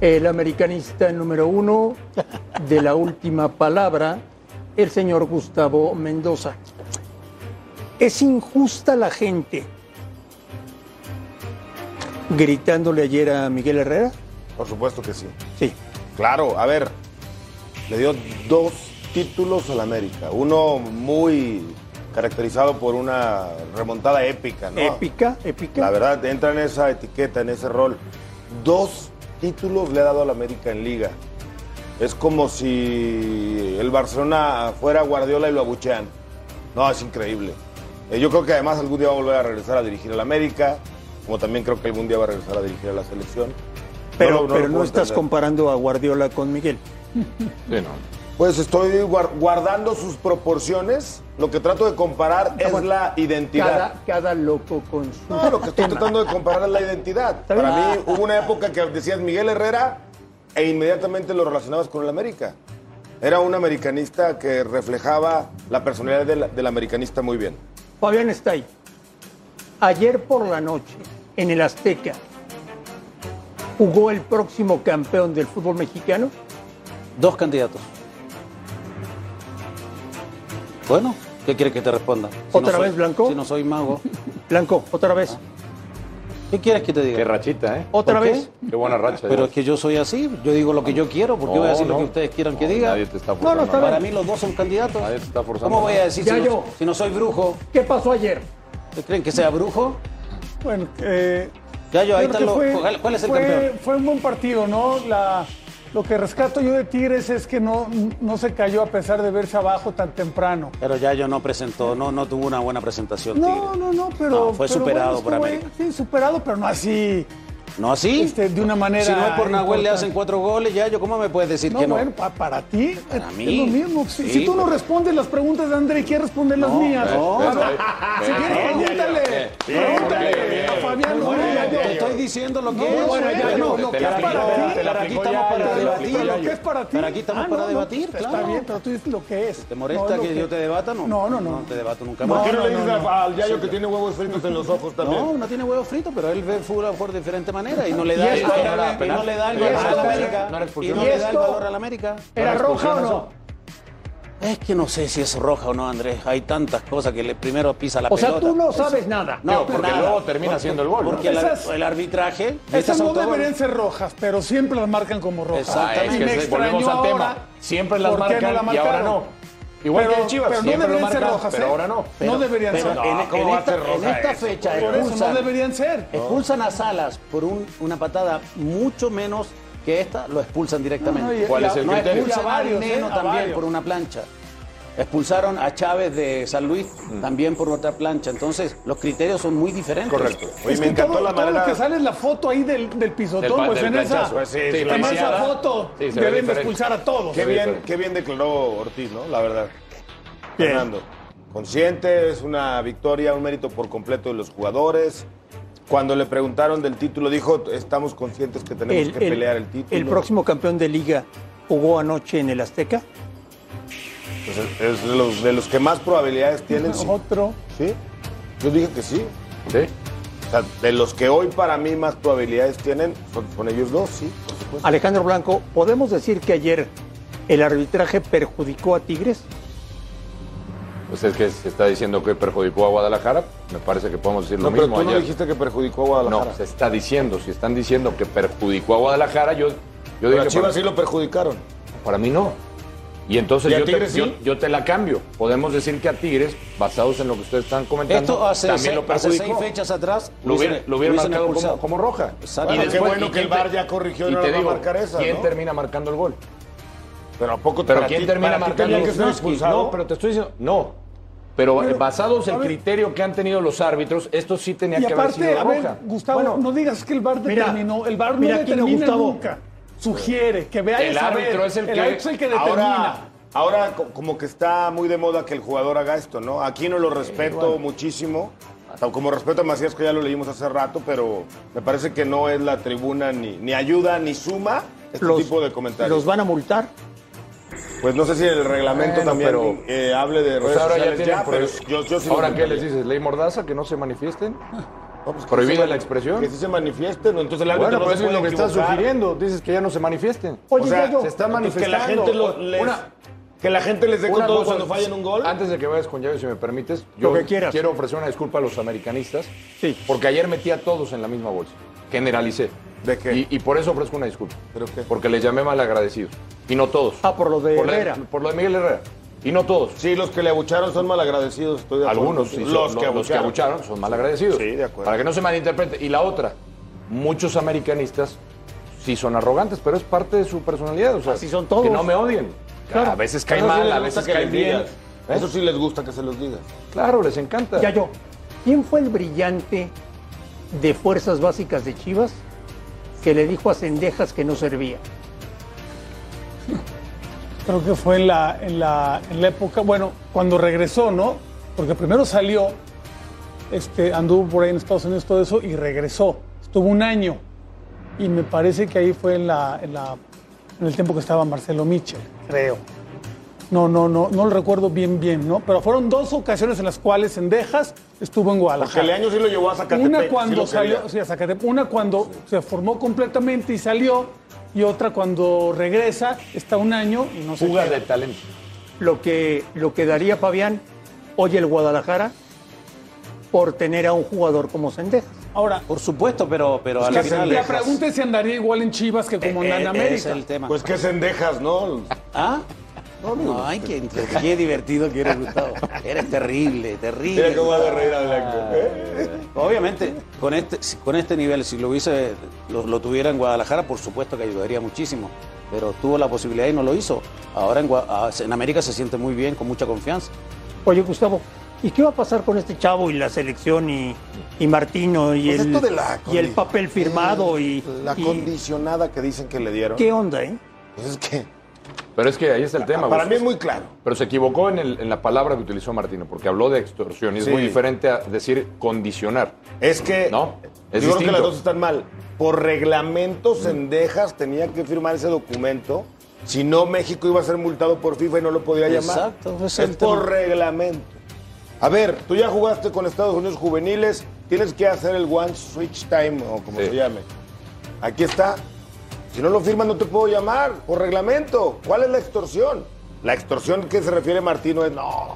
El americanista número uno de la última palabra, el señor Gustavo Mendoza. Es injusta la gente. Gritándole ayer a Miguel Herrera.
Por supuesto que sí.
Sí.
Claro, a ver, le dio dos títulos al América. Uno muy caracterizado por una remontada épica, ¿no?
Épica, épica.
La verdad, entra en esa etiqueta, en ese rol. Dos títulos le ha dado al América en Liga. Es como si el Barcelona fuera Guardiola y lo abuchean. No, es increíble. Eh, yo creo que además algún día va a volver a regresar a dirigir al América, como también creo que algún día va a regresar a dirigir a la selección.
pero
lo-
no,
lo
pero no
puedo
estás
entender.
comparando a Guardiola con Miguel.
Sí, no.
Pues estoy guar- guardando sus proporciones. Lo que trato de comparar es
bueno.
la identidad.
Cada, cada loco con su.
No, lo que Pues estoy
tema.
tratando de comparar es la identidad.
bien.
Para mí hubo una época que decías Miguel Herrera e inmediatamente lo relacionabas con el América. Era un americanista que reflejaba la personalidad del, del americanista muy bien.
Fabián está ahí. Ayer por la noche, en el Azteca, jugó el próximo campeón del fútbol mexicano?
Dos candidatos. Bueno, ¿qué quieres que te responda? Si no
¿Otra
soy-
vez Blanco?
Si no soy mago.
Blanco, otra vez.
¿Qué quieres que te diga?
Qué rachita, ¿eh?
¿Otra
¿Por qué?
vez?
Qué buena racha.
Pero es que yo soy así, yo digo lo que yo quiero, porque
No,
voy a decir
no.
lo que ustedes quieran que
No,
diga.
nadie te está
no, no,
forzando
está
nada.
Para mí los dos son candidatos.
Nadie te está forzando
¿Cómo voy a
nada.
decir
Ya
si,
yo.
No, si no soy brujo?
¿Qué pasó ayer?
¿Ustedes ¿Creen que sea brujo?
Bueno, eh,
Ya yo, ahí
yo creo
están los.
que
¿cuál- ¿Cuál es el
fue-
campeón?
Fue un buen partido, ¿no? La- lo que rescato yo de Tigres es que no, no se cayó a pesar de verse abajo tan temprano.
Pero ya yo no presentó, no, no tuvo una buena presentación,
No,
Tigre.
no, no, pero.
No, fue
pero
superado por
estuvo
América.
ahí, Sí, superado, pero no así.
¿No así?
Este, de una manera
Si no es por Nahuel le
importante.
hacen cuatro goles, ya yo, ¿cómo me puedes decir
No,
que no?
bueno, pa- para ti eh,
Para
es,
mí.
es lo mismo. Si,
Sí,
si tú no
pero-
respondes las preguntas de André, ¿quieres responder las mías?
no,
A ver,
no,
si
no,
quieres,
no,
pregúntale. Pregúntale a Fabián Luna.
Te estoy diciendo lo que
No,
es.
bueno, ya,
bueno,
yo-
lo
te
que
la
es
aplicó,
para ti,
te la
para aquí
aplicó
estamos
ya,
para
ya la
debatir.
aplicó
Lo que es para ti.
Para aquí estamos
Ah,
para
no, no,
debatir,
está
claro.
bien, pero tú dices lo que es.
¿Te molesta
no lo
que yo te debata? No,
No, no, no.
No te debato nunca
No,
más.
¿Por qué no,
no,
le
no,
dices
no.
a- al Yayo que tiene huevos fritos en los ojos también?
No, no tiene huevo frito, pero él ve fútbol a lo mejor de diferente manera y no le da,
¿Y
el,
esto?
valor,
No era
y no
penal.
le da el
¿Y
valor a
esto?
la América.
No era
y
expulsión.
no
¿Y
le da el
esto?
valor a la América.
¿Era roja o no?
Es que no sé si es roja o no, Andrés. Hay tantas cosas que le primero pisa la
O sea,
pelota.
tú no sabes nada.
No, porque
nada.
luego termina haciendo el gol. ¿no?
Porque el, ar-
Esas-
el arbitraje.
Esas no
autogol.
deberían ser rojas, pero siempre las marcan como rojas.
Ah, es
Y
que
me
se- volvemos al
extrañó
tema.
ahora
Siempre las
por qué
marcan
no la
y ahora
marcaron.
no. Igual
Pero-
que el Chivas,
pero no
siempre lo
deberían ser
marcan,
rojas,
pero
¿eh?
ahora no.
No deberían
pero
ser.
en,
No, ¿cómo
en
va a
esta,
ser roja
en esta
eso?
fecha
Por eso no
expulsan,
deberían ser.
expulsan a Salas por un- una patada mucho menos que esta, lo expulsan directamente.
No, no, y-
¿Cuál
y
es
a-
el
No
y a
criterio?
expulsan a
varios, ¿eh?
Neno
A
también
varios.
por una plancha. Expulsaron a Chávez de San Luis también por otra plancha. Entonces, los criterios son muy diferentes.
Correcto. Oye,
Es
me
que
encantó
todo,
la
todo
manera.
lo que sale es la foto ahí del, del pisotón,
pa-
pues
del
en esa,
planchazo. Pues sí, sí,
en esa
planchada.
foto
Sí, se ve
deben de
diferente.
expulsar a todos.
Qué bien,
diferente.
qué bien declaró Ortiz, ¿no? La verdad. Fernando. Consciente, es una victoria, un mérito por completo de los jugadores. Cuando le preguntaron del título, dijo, estamos conscientes que tenemos que pelear el título.
el próximo campeón de liga jugó anoche en el Azteca.
Pues es- es de los, de los que más probabilidades tienen. sí.
Otro.
¿Sí? Yo dije que sí.
Sí.
O sea, de los que hoy para mí más probabilidades tienen, son, son ellos dos, Pues sí,
Pues
por supuesto.
Alejandro Blanco, ¿podemos decir que ayer el arbitraje perjudicó a Tigres?
Pues es que se está diciendo que perjudicó a Guadalajara. Me parece que podemos decir lo
No, pero
mismo
tú no
ayer.
dijiste que perjudicó a
No, pues,
Guadalajara.
se está diciendo. Si están diciendo que perjudicó a Guadalajara, yo, yo
Pero
digo
a
que
Chivas
para,
sí lo perjudicaron.
para mí no. Y entonces
¿Y a
yo, te,
Tigres sí?
yo- yo te la cambio. Podemos decir que a Tigres, basados en lo que ustedes están comentando,
Esto hace,
también
seis,
lo
hace
perjudicó.
seis fechas atrás
lo hubiera,
hubiesen-
lo hubiera
hubiesen
marcado
expulsado.
como, como roja.
Exacto.
Bueno, qué bueno
¿y
que el
quién
VAR ya corrigió y
y
no
te
la va a
digo,
marcar esa,
¿Quién
¿no?
termina marcando el gol?
Pero ¿a poco
¿Pero
para
quién
ti-
termina
para ti
marcando
tenía que ser
No,
expulsado?
No, pero te estoy diciendo, no. Pero, eh, basados en el criterio que han tenido los árbitros, esto sí tenía
Y
que haber
aparte,
sido
a ver,
roja.
pues,
Gustavo, no digas que el bar
mira,
determinó. El bar no
mira,
determina
aquí no, Gustavo.
nunca. Sugiere que vea
El
esa
árbitro
vez.
es el que-
árbitro es el que
Ahora,
determina.
ahora co- como que está muy de moda que el jugador haga esto, ¿no? Aquí no lo respeto muchísimo. Hasta como respeto a Macías, que ya lo leímos hace rato, pero me parece que no es la tribuna ni, ni ayuda ni suma este tipo de comentarios.
¿Los van a multar?
Pues no sé si el reglamento
Bueno,
también
pero-
eh, hable de redes
Pues ahora ya
sociales
tienen
ya, pero
prohibido.
yo, yo sí lo
ahora, ¿qué
comentaría.
les dices? ¿Ley Mordaza? ¿Que no se manifiesten?
No, pues que
¿Prohibida
sí se
la
mani-
expresión?
Que sí se manifiesten, ¿no? entonces el árbitro
Bueno,
no
pero
se
eso es
puede
lo que estás
equivocar.
sugiriendo. Dices que ya no se manifiesten.
o sea,
se está
pues que
manifestando.
la gente lo- les-
Una-
que la gente les dé
Una
con todo
cosa,
cuando fallen un gol.
Antes de que vayas con Yayo, si me permites,
Lo
yo
que quieras.
quiero ofrecer una disculpa a los americanistas,
Sí.
porque ayer metí a todos en la misma bolsa. Generalicé.
¿De qué?
Y, y por eso ofrezco una disculpa.
¿Pero qué?
Porque les llamé mal agradecidos. Y no todos.
Ah, por lo de
la-
Herrera.
por lo de Miguel Herrera. Y no todos.
Sí, los que le abucharon son malagradecidos, estoy de acuerdo.
Algunos, sí, son-
los, que abucharon.
son mal agradecidos.
Sí, de acuerdo.
Para que no se malinterprete. Y la otra, muchos americanistas sí son arrogantes, pero es parte de su personalidad. O sea,
Así son todos.
Que no me odien.
Claro.
A veces caen
Eso sí
mal,
les
a
gusta
veces
que
caen
les digas.
bien. ¿Eh?
Eso sí les gusta que se los digas.
Claro, les encanta.
Ya yo. ¿Quién fue el brillante de Fuerzas Básicas de Chivas que le dijo a Cendejas que no servía?
Creo que fue en la, en, la, en la época, bueno, cuando regresó, ¿no? Porque primero salió, este, anduvo por ahí en Estados Unidos, todo eso, y regresó. Estuvo un año. Y me parece que ahí fue en, la, en, la, en el tiempo que estaba Marcelo Michel, creo. No, no, no, no lo recuerdo bien, bien, ¿no? Pero fueron dos ocasiones en las cuales Sendejas estuvo en Guadalajara.
Porque Leaño sí lo llevó a Zacatepec, sí
Una
lo
cuando
quería.
salió, sí, a Zacatepec. Una cuando se formó completamente y salió, y otra cuando regresa, está un año y no se
Fuga
queda.
de talento.
lo que, lo que daría Fabián hoy el Guadalajara por tener a un jugador como Sendejas.
Ahora,
Por supuesto, pero, pero
la,
al final.
la pregunta es si andaría igual en Chivas que como
Eh,
en
eh,
América.
es el tema.
Pues que sendejas, ¿no?
¿Ah? Ay, qué, qué divertido que eres, Gustavo. Eres terrible, terrible. Ah.
Mira cómo hace reír ¿eh? a Blanco.
Obviamente, con este, si- con este nivel, si lo hubiese, lo, lo tuviera en Guadalajara, por supuesto que ayudaría muchísimo. Pero tuvo la posibilidad y no lo hizo. Ahora en, Gua- ah, en América se siente muy bien, con mucha confianza.
Oye, Gustavo, ¿y qué va a pasar con este chavo y la selección y, y Martino y,
Pues
el,
esto de la
y el
condi- eh,
papel firmado? y,
La
y-
condicionada que dicen que le dieron.
¿Qué onda, eh?
Pues es que.
Pero es que ahí está el tema.
Ah, Para
Gus.
mí es muy claro.
Pero se equivocó en, el- en la palabra que utilizó Martino, porque habló de extorsión y es
Sí.
muy diferente a decir condicionar.
Es que
No,
yo
es
creo que
distinto. Mm.
las dos están mal. Por reglamento, Sendejas tenía que firmar ese documento. Si no, México iba a ser multado por FIFA y no lo podía llamar.
Exacto, ese es
pues,
es,
el tema.
por reglamento. A ver, tú ya jugaste con Estados Unidos juveniles, tienes que hacer el one switch time o como
Sí.
se llame. Aquí está. Si no lo firmas, no te puedo llamar por reglamento. ¿Cuál es la extorsión? La extorsión que se refiere Martino es no.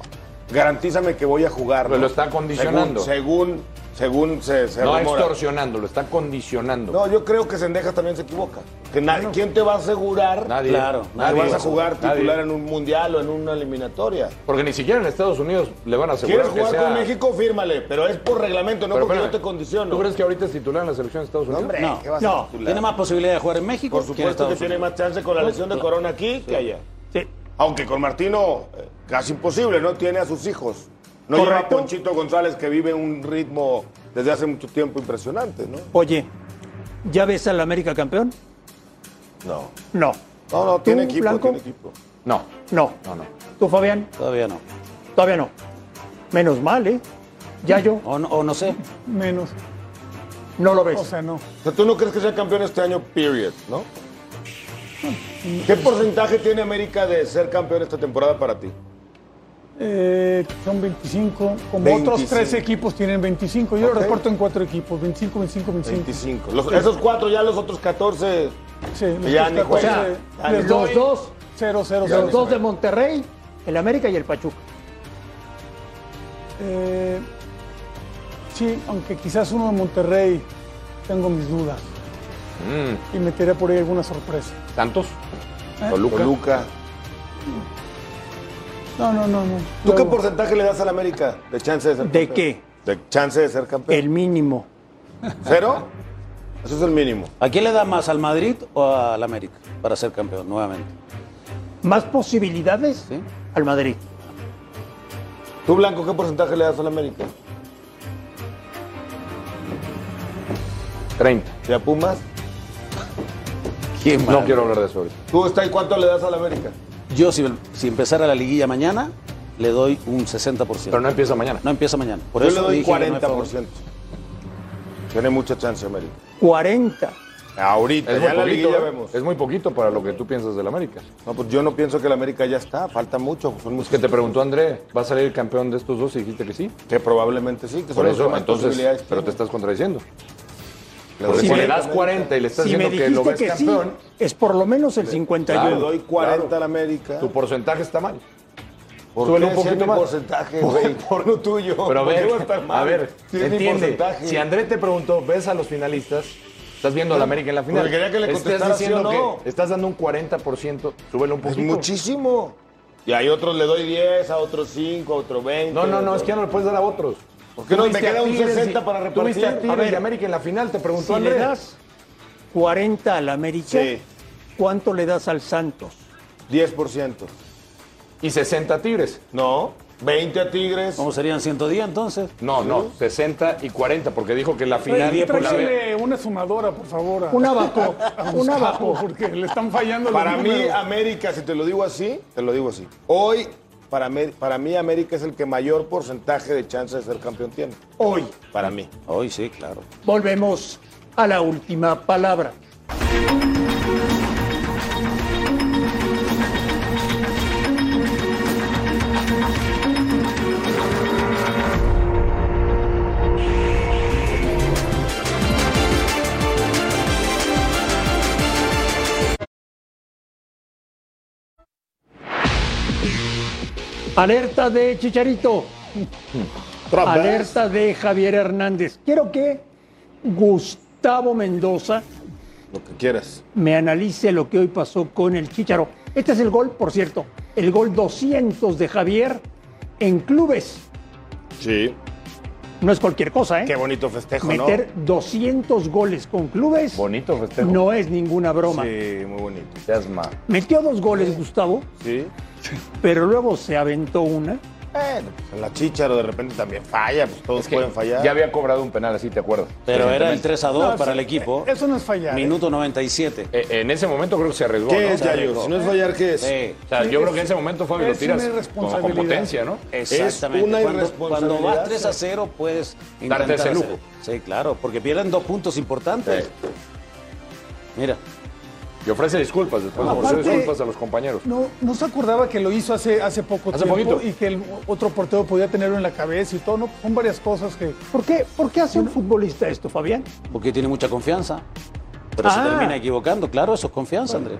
Garantízame que voy a jugar.
Pero
¿no?
lo está condicionando.
Según, según, según se, se
No
rumora.
extorsionando, lo está condicionando.
No, yo creo que Sendejas también se equivoca. Que nadie, ¿Quién te va a asegurar
Nadie.
Claro,
que
nadie.
vas a jugar
Nadie.
titular en un mundial o en una eliminatoria?
Porque ni siquiera en Estados Unidos le van a asegurar
¿Quieres jugar
que sea...
con México? Fírmale, pero es por reglamento, no
Pero
porque
espérame,
yo te condiciono.
¿Tú crees que ahorita es titular en la selección de Estados
No,
Unidos?
hombre,
No,
¿qué vas
no.
a titular?
Tiene más posibilidad de jugar en México.
Por
que en
supuesto que
Estados
tiene
Unidos.
más chance con la lesión de Corona aquí que allá.
Sí.
Aunque con Martino, eh, casi imposible, ¿no? Tiene a sus hijos. No lleva a
Correcto.
Ponchito González que vive un ritmo desde hace mucho tiempo impresionante, ¿no?
Oye, ¿ya ves al América campeón?
No.
No,
No, no, tiene
¿Tú,
equipo,
Blanco?
tiene equipo.
No,
no.
no, no.
¿Tú, Fabián?
Todavía no.
Todavía no. Menos mal, ¿eh? Ya yo
O no, o no sé.
Menos.
no lo
O
ves.
sea, no.
O sea, tú no crees que sea campeón este año, period, ¿no? ¿Qué porcentaje tiene América de ser campeón esta temporada para ti?
Eh, son 25, como
25.
otros tres equipos tienen 25. Yo
Ok.
lo reporto en cuatro equipos, 25, 25, 25.
25. Los- esos cuatro ya los otros 14.
Sí, los
Ya
otros
ni
14,
juegan. Ya ni
les
juegan.
doy
Los dos,
0, 0,
Ya
los
0.
dos de Monterrey, el América y el Pachuca.
Eh, sí, aunque quizás uno de Monterrey tengo mis dudas
Mm,
y meteré por ahí alguna sorpresa.
¿Santos?
¿Eh?
¿Toluca?
Luca.
No, no, no, no.
¿Tú qué
Luego,
porcentaje le das al América de chance de ser
¿De
campeón?
qué?
De chance de ser campeón.
El mínimo.
¿Cero? Eso es el mínimo.
¿A quién le da más, al Madrid o al América, para ser campeón nuevamente?
Más posibilidades
Sí.
al Madrid.
¿Tú, Blanco, qué porcentaje le das al América?
30.
¿Y a Pumas?
¿Quién
No
más?
quiero hablar de eso ahorita.
¿Tú, está y cuánto le das al América?
Yo, si, si empezara la liguilla mañana, le doy un 60%.
Pero no empieza mañana.
No empieza mañana. Por
Yo
eso
le doy
dije que no hay
40%. Tiene mucha chance América.
40.
Ahorita,
Es
ya
muy,
en la
poquito,
liguilla
¿eh?
vemos.
es muy poquito para lo que tú piensas del América.
No, pues yo no pienso que el América ya está, falta mucho. Son
Es
muchos
que te preguntó André, ¿va a salir campeón de estos dos? Y dijiste que sí.
Que probablemente sí, que son
Por
los que
eso,
más
entonces,
posibilidades
pero te
tienen.
estás contradiciendo.
Le
Porque
doy
si le
40,
das 40 y le estás
Si me
diciendo que lo
dijiste
ves
que sí,
campeón,
es por lo menos el
le
51.
doy 40
Claro.
al América.
tu porcentaje está mal.
¿Por
súbele
qué?
un poquito
Si es mi
más.
porcentaje, güey. Por no tuyo.
Pero a
¿Por qué
ver,
va estar mal?
a ver,
Si es mi
entiende.
porcentaje.
Si André te preguntó, ¿ves a los finalistas? Estás viendo al América en la final.
Porque quería que le
estás
contestara sí
diciendo
o no.
que estás dando un 40%, súbelo un
Es
poquito.
muchísimo. Y hay otros le doy 10, a otros 5, a otros 20.
No, no, no,
otros-
es que ya no le puedes dar a otros. ¿Por
qué no? Me queda un 60 para
Tú viste a
repartir.
Tigres
A ver.
y América en la final, te preguntó
Si le
André.
das 40 al América,
Sí.
¿cuánto le das al Santos?
10%.
Y 60 a Tigres.
No. 20 a Tigres.
¿Cómo serían 110 entonces?
No, no, 60 y 40, porque dijo que la final...
Oye,
la
tráigale una sumadora, por favor. a-
Un abaco,
a
un
Gustavo,
abaco.
Porque le están fallando
Para
los
mí,
números.
América, si te lo digo así, te lo digo así. Hoy, para, me- para mí, América es el que mayor porcentaje de chance de ser campeón tiene.
Hoy
Para mí.
Hoy sí, claro.
volvemos a la última palabra. Alerta de Chicharito.
Otra vez.
Alerta de Javier Hernández. Quiero que Gustavo Mendoza
Lo que quieras.
me analice lo que hoy pasó con el Chicharo. Este es el gol, por cierto, el gol 200 de Javier en clubes.
Sí.
No es cualquier cosa, ¿eh?
Qué bonito festejo,
Meter 200 goles con clubes
Bonito festejo.
no es ninguna
¿no?
broma.
Sí, muy bonito.
Seas ma-
Metió dos goles, Gustavo,
Sí.
pero luego se aventó una.
Bueno, pues en la chicharo de repente también falla, pues todos pueden fallar.
Ya había cobrado un penal, así te acuerdas.
Pero era el
Recientemente.
3 a 2
No,
para
sí,
el equipo.
Eso no es fallar. ¿eh?
Minuto 97.
Eh, en ese momento creo que se arriesgó.
¿Qué
¿no?
es, Yayo? Si no es fallar, ¿qué es?
Sí,
O sea, yo
Es-
creo que en ese momento, Fabio, lo
es
tiras
una
con, con
irresponsabilidad.
potencia, ¿no?
exactamente.
una
cuando,
irresponsabilidad.
cuando vas 3 a 0 puedes intentar
Darte ese
hacer-
lujo.
Sí, claro, porque pierden dos puntos importantes. Mira,
Y ofrece disculpas después.
No,
ofrece
aparte-
disculpas a los compañeros.
No, no se acordaba que lo hizo hace, hace poco
Hace
tiempo
poquito.
y que el otro portero podía tenerlo en la cabeza y todo. ¿no? Son varias cosas que.
¿Por qué, ¿Por qué hace un futbolista esto, Fabián?
porque tiene mucha confianza. Pero
Ah.
se termina equivocando, claro, eso es confianza, Andrés.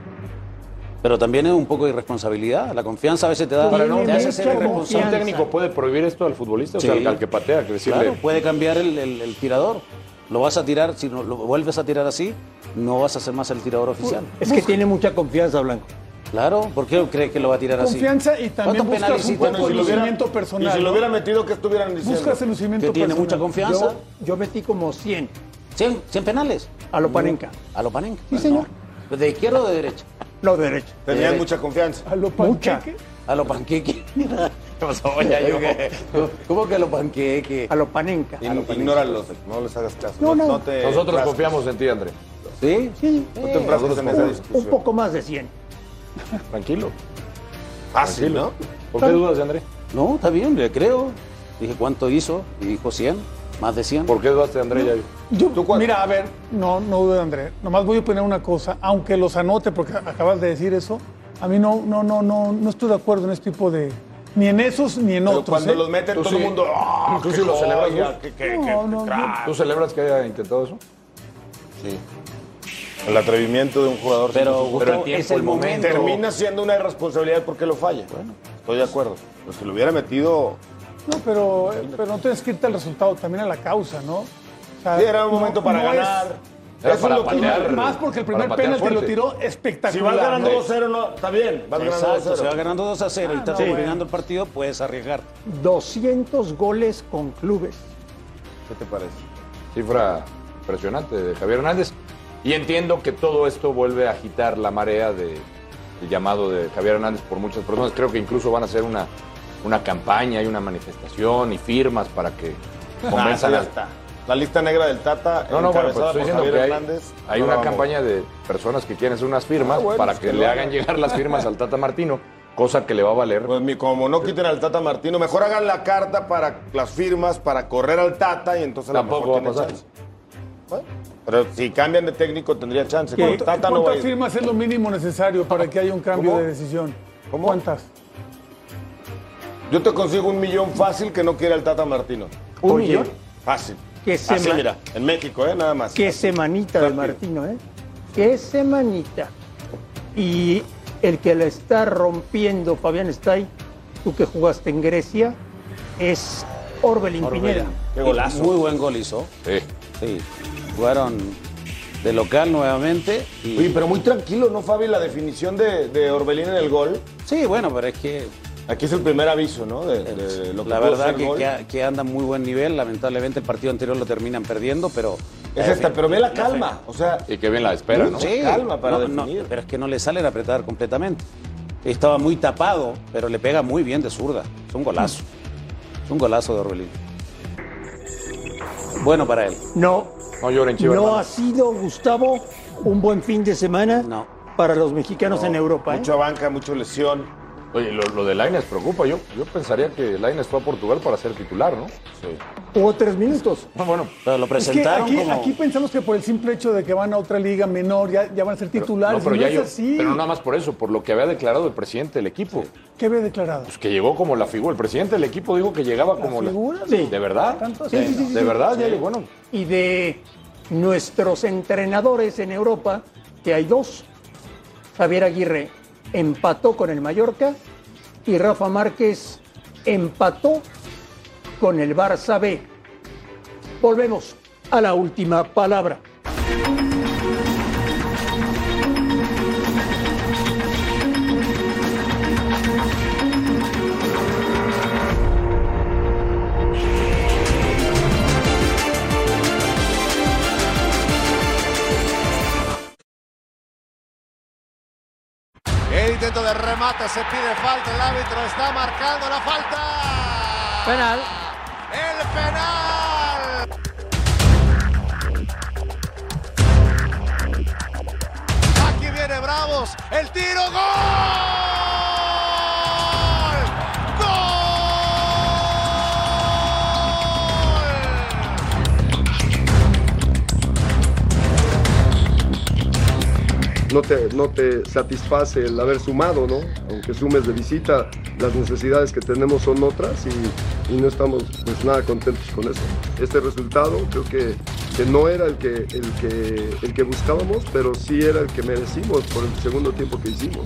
Pero también es un poco de irresponsabilidad. La confianza a veces te da.
Para no,
te
Tiene
hace
un
mucha
ser irresponsable.
confianza.
técnico puede prohibir esto al futbolista, o
Sí.
sea, al que patea, que decirle.
Claro, puede cambiar el, el- el tirador. Lo vas a tirar, si no, lo vuelves a tirar así, no vas a ser más el tirador oficial.
Es que tiene mucha confianza, Blanco.
Claro, ¿por qué crees que lo va a tirar así?
Confianza y también
¿Cuántos
buscas
penales
un
hiciste?
poco
Bueno, y si
el
lo hubiera,
lucimiento
y
personal.
si lo hubiera
¿no?
metido, ¿qué estuvieran diciendo?
Buscas el lucimiento
Que tiene
personal.
mucha confianza.
Yo, yo metí como 100
100, 100 penales.
a lo Panenka.
A lo Panenka.
Sí, señor.
No. ¿De izquierda o de derecha?
No, de derecha.
Tenían
Eh,
mucha confianza.
A lo
Mucha.
panqueque.
A lo panqueque. ¿Cómo que a lo panqueque?
A lo Panenka.
Ignóralos, no les hagas caso.
No, no.
te
Nosotros
enfrasques.
confiamos en ti, André.
¿Sí?
Sí,
No te enfrasques en esa
un-
discusión.
un poco más de 100.
Tranquilo.
Fácil, ¿no?
¿Por qué dudas, de André?
No, está bien, le creo. Dije, ¿cuánto hizo? Y dijo 100, más de 100.
¿Por qué dudas de André, Yayo?
Yo-
¿Tú cuál?
mira, a ver, no, no dude, André. Nomás voy a poner una cosa. Aunque los anote, porque acabas de decir eso, a mí no, no, no, no, no estoy de acuerdo en este tipo de. Ni en esos ni en
Pero
otros.
cuando
¿eh?
los meten,
Tú
todo
sí.
el mundo. ¡ah,
Tú
qué
sí lo celebras,
joya,
¿no?
qué- qué-
No,
qué
no,
crack!
¿Tú celebras que haya intentado eso?
El atrevimiento de un jugador.
Pero,
sin-
Gustavo,
el tiempo,
es el
el momento.
momento.
termina siendo una irresponsabilidad porque lo falla. Estoy de acuerdo. Pues si lo hubiera metido.
No, pero, pero no tienes que irte al resultado, también a la causa, ¿no? O sea,
Sí, era un
no-
momento para
no es-
ganar.
Era
eso
para
es lo que-
patear,
más porque el
para
primer
patear
penalti lo
fuerte.
tiró espectacular.
Si vas ganando
¿no?
2-0, no, está bien. Vas ganando
Exacto, se va
2-0.
ganando 2 a 0 y estás
no,
terminando
bueno.
el partido, puedes arriesgar.
200 goles con clubes.
¿Qué te parece?
Cifra impresionante de Javier Hernández. Y entiendo que todo esto vuelve a agitar la marea de- del llamado de Javier Hernández por muchas personas. Creo que incluso van a hacer una, una campaña y una manifestación y firmas para que
Ah, esa
convenzan
ya
al-
está. La lista negra del Tata.
No, no, bueno, pues
encabezada
estoy
por
diciendo
Javier
que hay,
Hernández,
hay
no la
una
vamos.
campaña de personas que quieren hacer unas firmas
Ah, bueno,
para
es
que,
que
le
lo
hagan
hagan.
llegar las firmas al Tata Martino, cosa que le va a valer.
Pues mi, como no quiten al Tata Martino, mejor hagan la carta para las firmas, para correr al Tata y entonces a lo
Tampoco
mejor
va a
tiene
pasar.
Bueno, pero si cambian de técnico tendría chance. Con el
¿Cuánto-
Tata no va a
¿Cuántas
ir.
firmas es lo mínimo necesario para que haya un cambio
¿Cómo?
de decisión?
¿Cómo?
¿Cuántas?
Yo te consigo un millón fácil que no quiera el Tata Martino.
Un
Oye,
millón.
Fácil.
Qué
Así,
sema-
mira, en México, ¿eh? Nada más.
Qué semanita de
Rápido.
Martino, ¿eh? Qué semanita. Y el que la está rompiendo, Fabián Stay, tú que jugaste en Grecia, es Orbelín Pineda.
Qué golazo.
Muy buen gol hizo.
Sí.
Sí. Jugaron de local nuevamente. y-
Oye, pero muy tranquilo, ¿no, Fabi? La definición de, de Orbelín en el gol.
Sí, bueno, pero es que
Aquí es el primer aviso, ¿no? De, de lo que
la
pudo
verdad
ser
que,
gol.
que- que anda a muy buen nivel. Lamentablemente el partido anterior lo terminan perdiendo, pero.
Es esta, pero ve la calma. O sea,
Y que bien la espera, ¿no?
Sí,
calma para
no, no,
definir.
pero es que no le salen a apretar completamente. Estaba muy tapado, pero le pega muy bien de zurda. Es un golazo. Es un golazo de Orbelín. Bueno para él.
No,
No lloren, Chivas.
no
hermano.
ha sido, Gustavo, un buen fin de semana
No.
para los mexicanos en Europa. ¿eh?
mucha banca, mucha lesión.
Oye, lo, lo de Laines preocupa. Yo, yo pensaría que Laines fue a Portugal para ser titular, ¿no? Sí.
Hubo tres minutos.
Ah, Bueno,
Pero lo
Es que
presentaron
aquí,
como.
aquí pensamos que por el simple hecho de que van a otra liga menor ya, ya van a ser
no,
titulares.
pero
y
ya
es
yo-
así.
pero no nada más por eso, por lo que había declarado el presidente del equipo.
¿Qué había declarado?
Pues que llegó como la figura. El presidente del equipo dijo que llegaba como la.
figura?
Sí. ¿De verdad?
Tanto así.
Sí,
Sí, sí, sí,
de
sí.
verdad, ya llegó. Bueno,
y de nuestros entrenadores en Europa, que hay dos. Javier Aguirre empató con el Mallorca
y Rafa Márquez empató con el Barça B. Volvemos a la última palabra.
El intento de remate, se pide falta, el árbitro está marcando la falta. Penal. El penal. Aquí viene Bravos, el tiro, gol.
no te, no te satisface el haber sumado, ¿no? Aunque sumes de visita, las necesidades que tenemos son otras y, y no estamos pues nada contentos con eso. Este resultado creo que, que no era el que, el, que, el que buscábamos, pero sí era el que merecimos por el segundo tiempo que hicimos.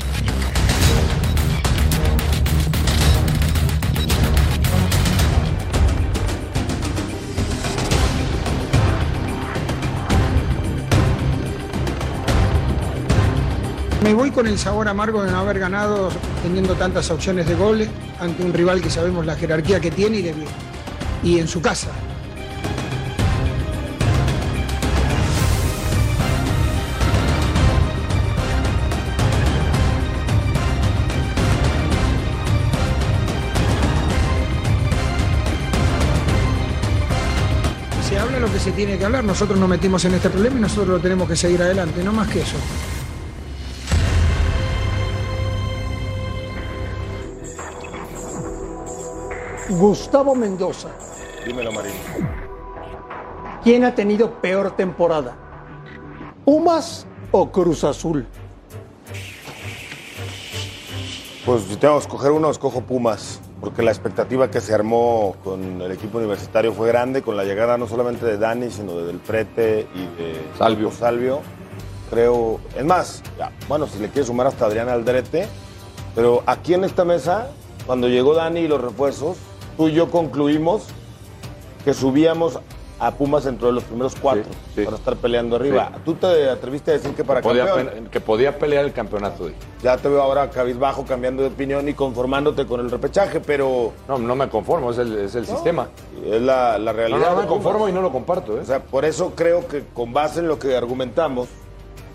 Me voy con el sabor amargo de no haber ganado teniendo tantas opciones de gol ante un rival que sabemos la jerarquía que tiene y, de- y en su casa. Se habla lo que se tiene que hablar, nosotros nos metimos en este problema y nosotros lo tenemos que seguir adelante, no más que eso.
Gustavo Mendoza,
Dímelo, Marín.
¿quién ha tenido peor temporada? ¿Pumas o Cruz Azul?
Pues si tengo que escoger uno, escojo Pumas, porque la expectativa que se armó con el equipo universitario fue grande, con la llegada no solamente de Dani, sino de Del Prete y de Salvio. Salvio. Creo, es más, ya, bueno, si le quieres sumar hasta Adrián Aldrete, pero aquí en esta mesa, cuando llegó Dani y los refuerzos, tú y yo concluimos que subíamos a Pumas dentro de los primeros cuatro para estar peleando arriba.
Sí.
Tú te atreviste a decir que para
Podía
campeón.
pe- que podía pelear el campeonato. dije.
Ya te veo ahora cabizbajo, cambiando de opinión y conformándote con el repechaje, pero...
No, no me conformo, es el, es el sistema.
Es la, la realidad.
No, no, no
de
me conformo
Pumas.
y no lo comparto. ¿eh?
O sea, por eso creo que con base en lo que argumentamos,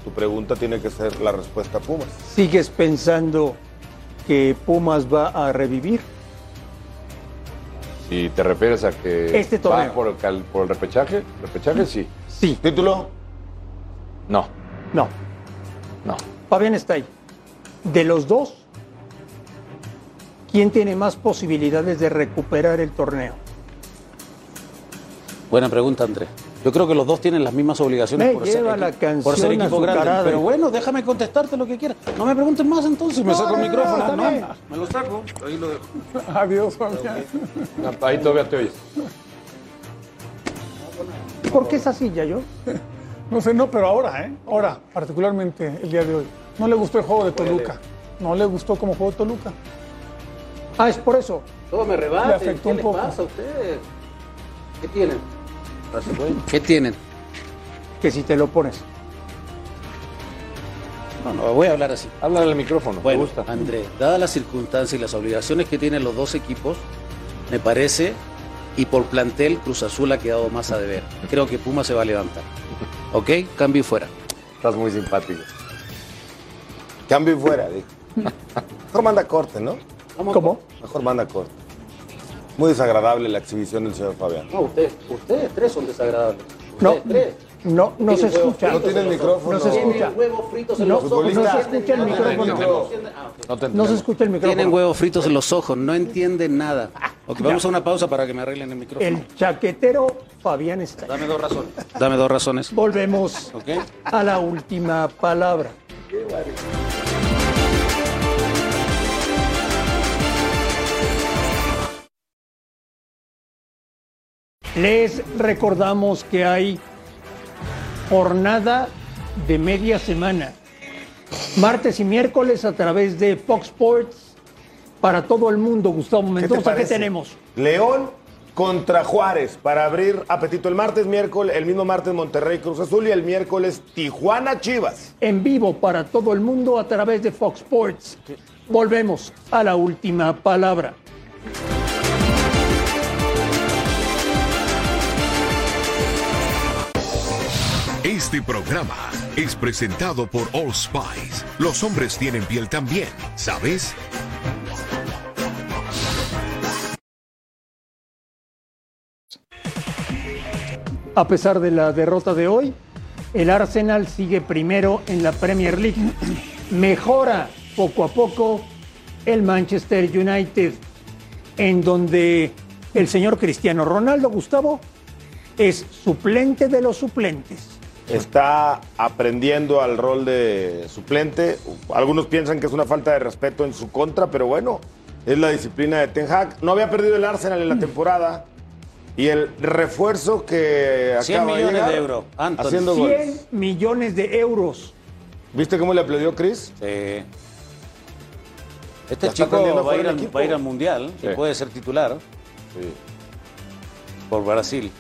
tu pregunta tiene que ser la respuesta a Pumas.
¿Sigues pensando que Pumas va a revivir?
Si te refieres a que
Este
va
torneo.
por el, cal- por el repechaje, repechaje sí.
Sí.
¿Título?
No.
No.
No.
Fabián está ahí. De los dos, ¿quién tiene más posibilidades de recuperar el torneo?
Buena pregunta, Andrés. Yo creo que los dos tienen las mismas obligaciones
Me
por,
lleva
ser,
la
equi- por ser
canción
equipo grande.
azucarada.
Pero bueno, déjame contestarte lo que quieras. No me pregunten más entonces, me
No,
saco
no,
el
no,
micrófono.
está
No,
bien.
me lo saco, ahí lo dejo.
Adiós, Fabián.
No, Ahí todavía te oyes.
¿Por qué es así, Yayo?
No sé, no, pero ahora, ¿eh? Ahora, particularmente el día de hoy. No le gustó el juego de Toluca. No le gustó como jugó Toluca.
Ah, es por eso.
Todo me
rebaten, Le afectó ¿qué un les poco. pasa
a ustedes? ¿Qué tienen? pues.
¿Qué tienen? Que si te lo pones.
No, no, voy a hablar así.
Háblale al micrófono.
Bueno, Andrés, dadas las circunstancias y las obligaciones que tienen los dos equipos, me parece, y por plantel, Cruz Azul ha quedado más a deber. Creo que Puma se va a levantar. ¿Ok? Cambio y fuera.
Estás muy simpático.
Cambio y fuera, dijo. Mejor manda corte, ¿no?
¿Cómo?
Mejor manda corte. Muy desagradable la exhibición del señor Fabián.
No, ustedes, ustedes tres son desagradables.
No, no, no se escucha.
No tienen micrófono.
No se escucha.
en
No,
los ojos.
no se escucha el
No te
micrófono.
entendemos.
No se escucha el
Tienen
micrófono.
huevos fritos en los ojos, no entienden nada. Ok, vamos a una pausa para que me arreglen el micrófono.
El chaquetero Fabián está.
Dame dos razones. Dame dos razones.
Volvemos
¿Ok?
a la última palabra. Les recordamos que hay jornada de media semana, martes y miércoles a través de Fox Sports
para todo el mundo, Gustavo
te
Mendoza. ¿Qué,
parece?
tenemos?
León contra Juárez para abrir apetito el martes, miércoles, el mismo martes Monterrey Cruz Azul y el miércoles Tijuana Chivas.
En vivo para todo el mundo a través de Fox Sports. Volvemos a la última palabra.
Este programa es presentado por All Spice. Los hombres tienen piel también, ¿sabes?
A pesar de la derrota de hoy, el Arsenal sigue primero en la Premier League. Mejora poco a poco el Manchester United, en donde el señor Cristiano Ronaldo Gustavo es suplente de los suplentes.
Está aprendiendo al rol de suplente. Algunos piensan que es una falta de respeto en su contra, pero bueno, es la disciplina de Ten Hag. No había perdido el Arsenal en la temporada y el refuerzo que acaba
100 millones
llegar,
de euros, Anthony.
haciendo
100
goles.
millones de euros.
¿Viste cómo le aplaudió Chris?
Sí.
Ya
Este
está
chico
aprendiendo a
va a,
jugar
ir
en
al,
equipo.
va a ir al Mundial y
Sí.
puede ser titular por Brasil.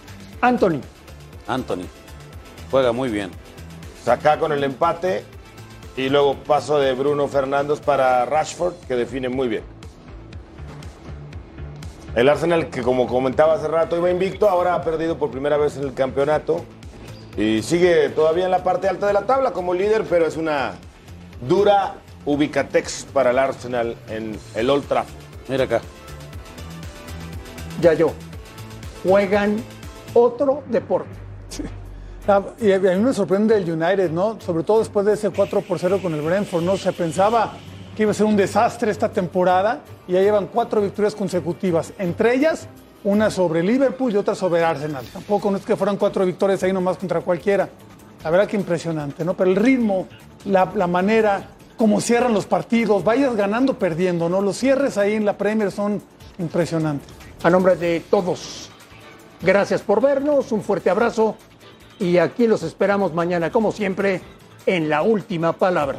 Anthony.
Anthony. Juega muy bien.
Saca con el empate y luego paso de Bruno Fernández para Rashford, que define muy bien. El Arsenal, que como comentaba hace rato, iba invicto, ahora ha perdido por primera vez en el campeonato y sigue todavía en la parte alta de la tabla como líder, pero es una dura ubicatex para el Arsenal en el Old Trafford.
Mira acá.
Ya yo. Juegan otro deporte.
Ah, Y a mí me sorprende el United, ¿no? Sobre todo después de ese 4 por 0 con el Brentford, ¿no? Se pensaba que iba a ser un desastre esta temporada y ya llevan cuatro victorias consecutivas. Entre ellas, una sobre Liverpool y otra sobre Arsenal. Tampoco no es que fueran cuatro victorias ahí nomás contra cualquiera. La verdad que impresionante, ¿no? Pero el ritmo, la, la manera, cómo cierran los partidos, vayas ganando, perdiendo, ¿no? Los cierres ahí en la Premier son impresionantes.
A nombre de todos. Gracias por vernos, un fuerte abrazo y aquí los esperamos mañana como siempre en la última palabra.